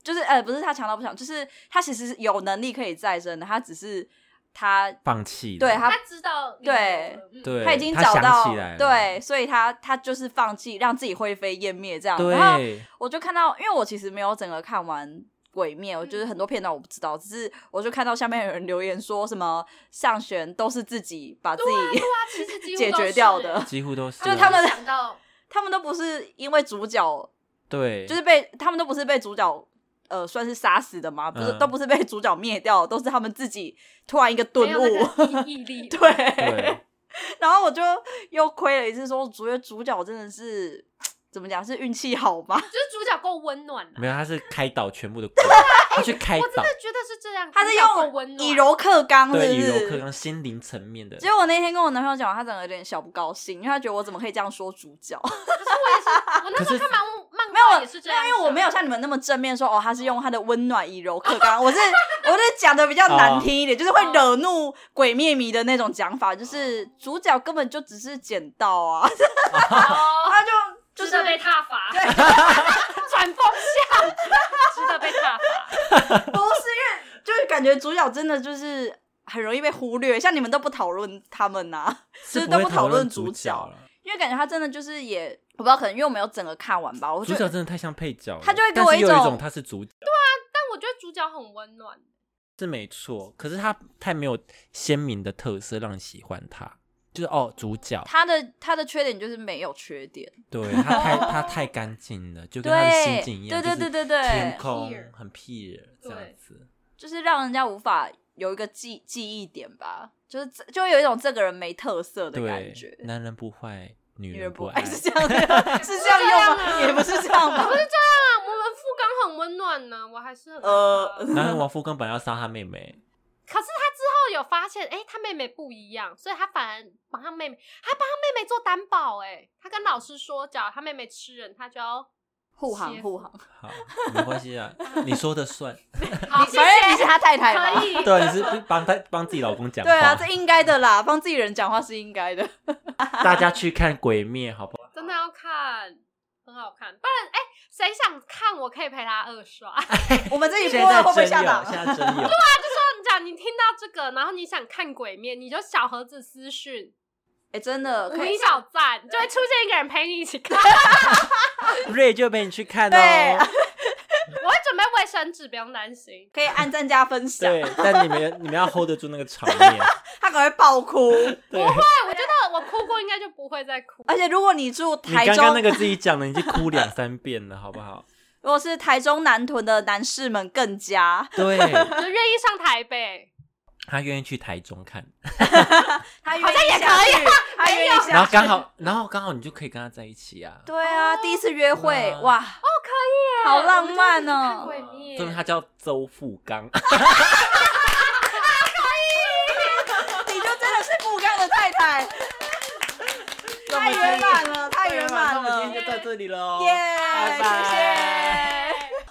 Speaker 2: 就是呃，不是他强到不想，就是他其实是有能力可以再生的，他只是他
Speaker 3: 放弃了。
Speaker 2: 对他
Speaker 1: 他知道理由
Speaker 2: 对
Speaker 1: 了，嗯
Speaker 3: 对
Speaker 2: 他已经
Speaker 3: 他
Speaker 2: 找
Speaker 3: 想
Speaker 2: 到
Speaker 3: 起来了
Speaker 2: 对，所以他他就是放弃让自己灰飞烟灭这样。然后
Speaker 3: 对，
Speaker 2: 我就看到，因为我其实没有整个看完《鬼灭》，我
Speaker 1: 嗯
Speaker 2: 就是很多片段我不知道，只是我就看到下面有人留言说什么上弦都是自己把自己、
Speaker 1: 对啊，其实
Speaker 2: <laughs>
Speaker 1: 几乎
Speaker 2: 解
Speaker 1: 都
Speaker 2: 决
Speaker 1: 是
Speaker 2: 掉
Speaker 1: 欸
Speaker 2: 的，
Speaker 3: 几乎都是啊、
Speaker 2: 就是他们
Speaker 1: 想到，
Speaker 2: 他们都不是因为主角，
Speaker 3: 对，
Speaker 2: 就是被他们都不是被主角。呃，算是杀死的吗？不是，
Speaker 3: 嗯
Speaker 2: 都不是被主角灭掉，都是他们自己突然一个 <laughs> 顿
Speaker 1: 没有
Speaker 2: 悟，
Speaker 1: 那个毅
Speaker 2: <laughs>
Speaker 1: 力，
Speaker 2: 对，
Speaker 3: 对，
Speaker 2: 然后我就又亏了一次说主角主角真的是怎么讲是运气好吧？
Speaker 1: 就是主角够温暖了。
Speaker 3: 没有，他是开导全部的鬼，他去开
Speaker 1: 我真
Speaker 3: 导
Speaker 1: 的，觉得是这样，
Speaker 2: 他是
Speaker 1: 主角够
Speaker 2: 用
Speaker 1: 温暖，
Speaker 2: 以柔克刚，是
Speaker 3: 对，以
Speaker 2: 不
Speaker 3: 柔克
Speaker 2: 是？
Speaker 3: 刚，心灵层面的。
Speaker 2: 结果那天跟我男朋友讲，他整个有点小不高兴，因为他觉得我怎么可以这样说
Speaker 1: <laughs>
Speaker 2: 主角？ <laughs>
Speaker 1: 我那时候看漫漫
Speaker 2: 没有
Speaker 1: 画也是这样想，
Speaker 2: 因为我没有像你们那么正面说哦，他是用他的温暖以柔克刚， <laughs> 我是我是讲的比较难听一点，就是会惹怒鬼灭迷的那种讲法，就是主角根本就只是捡到
Speaker 1: <laughs>
Speaker 2: 啊，
Speaker 1: 哦，
Speaker 2: 他就就
Speaker 1: 值
Speaker 2: 是
Speaker 1: 得被踏伐，
Speaker 2: <laughs>
Speaker 1: 对，转风向，值得被踏伐。
Speaker 2: 不是因为就是感觉主角真的就是很容易被忽略，像你们都不讨论他们呐、就是
Speaker 3: 不
Speaker 2: 都
Speaker 3: 会
Speaker 2: 不
Speaker 3: 讨
Speaker 2: 论
Speaker 3: 论主
Speaker 2: 角，
Speaker 3: 了，
Speaker 2: <laughs> 因为感觉他真的就是也我不知道，可能因为我没有整个看完吧，我
Speaker 3: 主
Speaker 2: 就
Speaker 3: 角真的太像配角了，
Speaker 2: 他就会给
Speaker 3: 但
Speaker 2: 我
Speaker 3: 是
Speaker 2: 一
Speaker 3: 又有
Speaker 2: 种
Speaker 3: 种他是主角
Speaker 1: 但我觉得主角很温暖，啊
Speaker 3: 是没错，可是他太没有鲜明的特色让你喜欢他，就是哦主角，
Speaker 2: 他的他的缺点就是没有缺点，
Speaker 3: 对他太他太干净了，就跟他的心
Speaker 2: 对
Speaker 3: 境一样，
Speaker 2: 对对对
Speaker 3: 就是
Speaker 2: 对对
Speaker 3: 天，空
Speaker 1: Pure
Speaker 3: 很 pure 这样子，
Speaker 2: 就是让人家无法有一个记记忆点吧，就是这就会有一种这个人没特色的感
Speaker 3: 对
Speaker 2: 觉，。
Speaker 3: 男人不坏，女
Speaker 2: 女
Speaker 3: 人
Speaker 2: 人不爱，
Speaker 3: 爱
Speaker 2: 哎是这样
Speaker 1: <laughs>
Speaker 2: 的，是这
Speaker 1: 不是这样啊
Speaker 2: 样用吗？也不是这
Speaker 1: <laughs>
Speaker 2: 样吧？
Speaker 1: 啊，我们富冈很温暖呢，我还是很
Speaker 2: 呃
Speaker 1: 呃，
Speaker 3: 男人王夫根本要杀他妹妹，
Speaker 1: 可是他之后有发现，哎、他妹妹不一样，所以他反而帮他妹妹，还帮他妹妹做担保、哎，他跟老师说，只要他妹妹吃人，他就要
Speaker 2: 护航护航，
Speaker 3: 好，没关系
Speaker 2: <laughs>
Speaker 3: 啊，你说的算，
Speaker 1: 好，
Speaker 2: 反 <laughs> 正你是他太太嘛，
Speaker 1: 可以，
Speaker 2: <laughs>
Speaker 3: 对啊，你是帮他帮自己老公讲话，
Speaker 2: 对啊，这应该的啦，帮自己人讲话是应该
Speaker 3: <laughs>
Speaker 2: 的。
Speaker 3: 大家去看《鬼灭》好不好？
Speaker 1: 真的
Speaker 2: 啊
Speaker 1: 要看，很好看，不然哎，谁、想看我可以陪他二刷。 <laughs>
Speaker 2: 我们这一
Speaker 3: 现
Speaker 2: 波会
Speaker 3: 在
Speaker 2: 不会
Speaker 3: 真
Speaker 2: 下
Speaker 3: 有，啊
Speaker 2: 档？
Speaker 3: 现在真有，
Speaker 1: 跟你讲，你听到这个，然后你想看鬼面，你就小盒子私讯
Speaker 2: 哎，真的
Speaker 1: 五
Speaker 2: 可
Speaker 1: 一
Speaker 2: 以。
Speaker 1: 小站，就会出现一个人陪你一起
Speaker 2: <laughs>
Speaker 1: 看。
Speaker 3: 瑞就陪你去看
Speaker 2: 对
Speaker 3: 哦。
Speaker 1: 我会准备卫生纸，不用担心。
Speaker 2: 可以按赞加分享，
Speaker 3: 对，但你们你们要 hold 得住那个场
Speaker 2: <laughs>
Speaker 3: 面。
Speaker 2: 他可能会爆哭。
Speaker 3: 对，
Speaker 1: 对，我觉
Speaker 2: 啊
Speaker 1: 得我哭过，应该就不会再
Speaker 2: <laughs>
Speaker 1: 哭。
Speaker 2: 而且如果你住
Speaker 3: 你
Speaker 2: 台
Speaker 3: 刚刚
Speaker 2: 中，
Speaker 3: 那个自己讲的，你已经哭两三遍了，好
Speaker 2: <laughs>
Speaker 3: 不好？
Speaker 2: 如果是台中南屯的男士们更加，
Speaker 3: 对，
Speaker 1: 我就愿意上台北，
Speaker 3: 他愿意去台中看，
Speaker 2: 他
Speaker 1: 好像也可以啊
Speaker 2: 以，他愿意
Speaker 3: 然
Speaker 2: 下
Speaker 3: 后
Speaker 2: 去。
Speaker 3: 刚好，然后刚好你就可以跟他在一起啊。
Speaker 2: 对啊，第一次约会
Speaker 3: 对啊，
Speaker 2: 哇，
Speaker 1: 哦耶
Speaker 2: 好浪漫
Speaker 1: 我
Speaker 2: 哦
Speaker 1: 们！就一起看鬼
Speaker 3: 说明
Speaker 1: 面，
Speaker 3: 他叫周富刚，
Speaker 2: 你就真的是富冈的太太，太圆满了，太圆满
Speaker 3: 那我们
Speaker 2: 了
Speaker 3: 今，天就到这里喽，
Speaker 2: 耶！
Speaker 3: 拜
Speaker 2: 谢
Speaker 3: 拜
Speaker 2: 谢。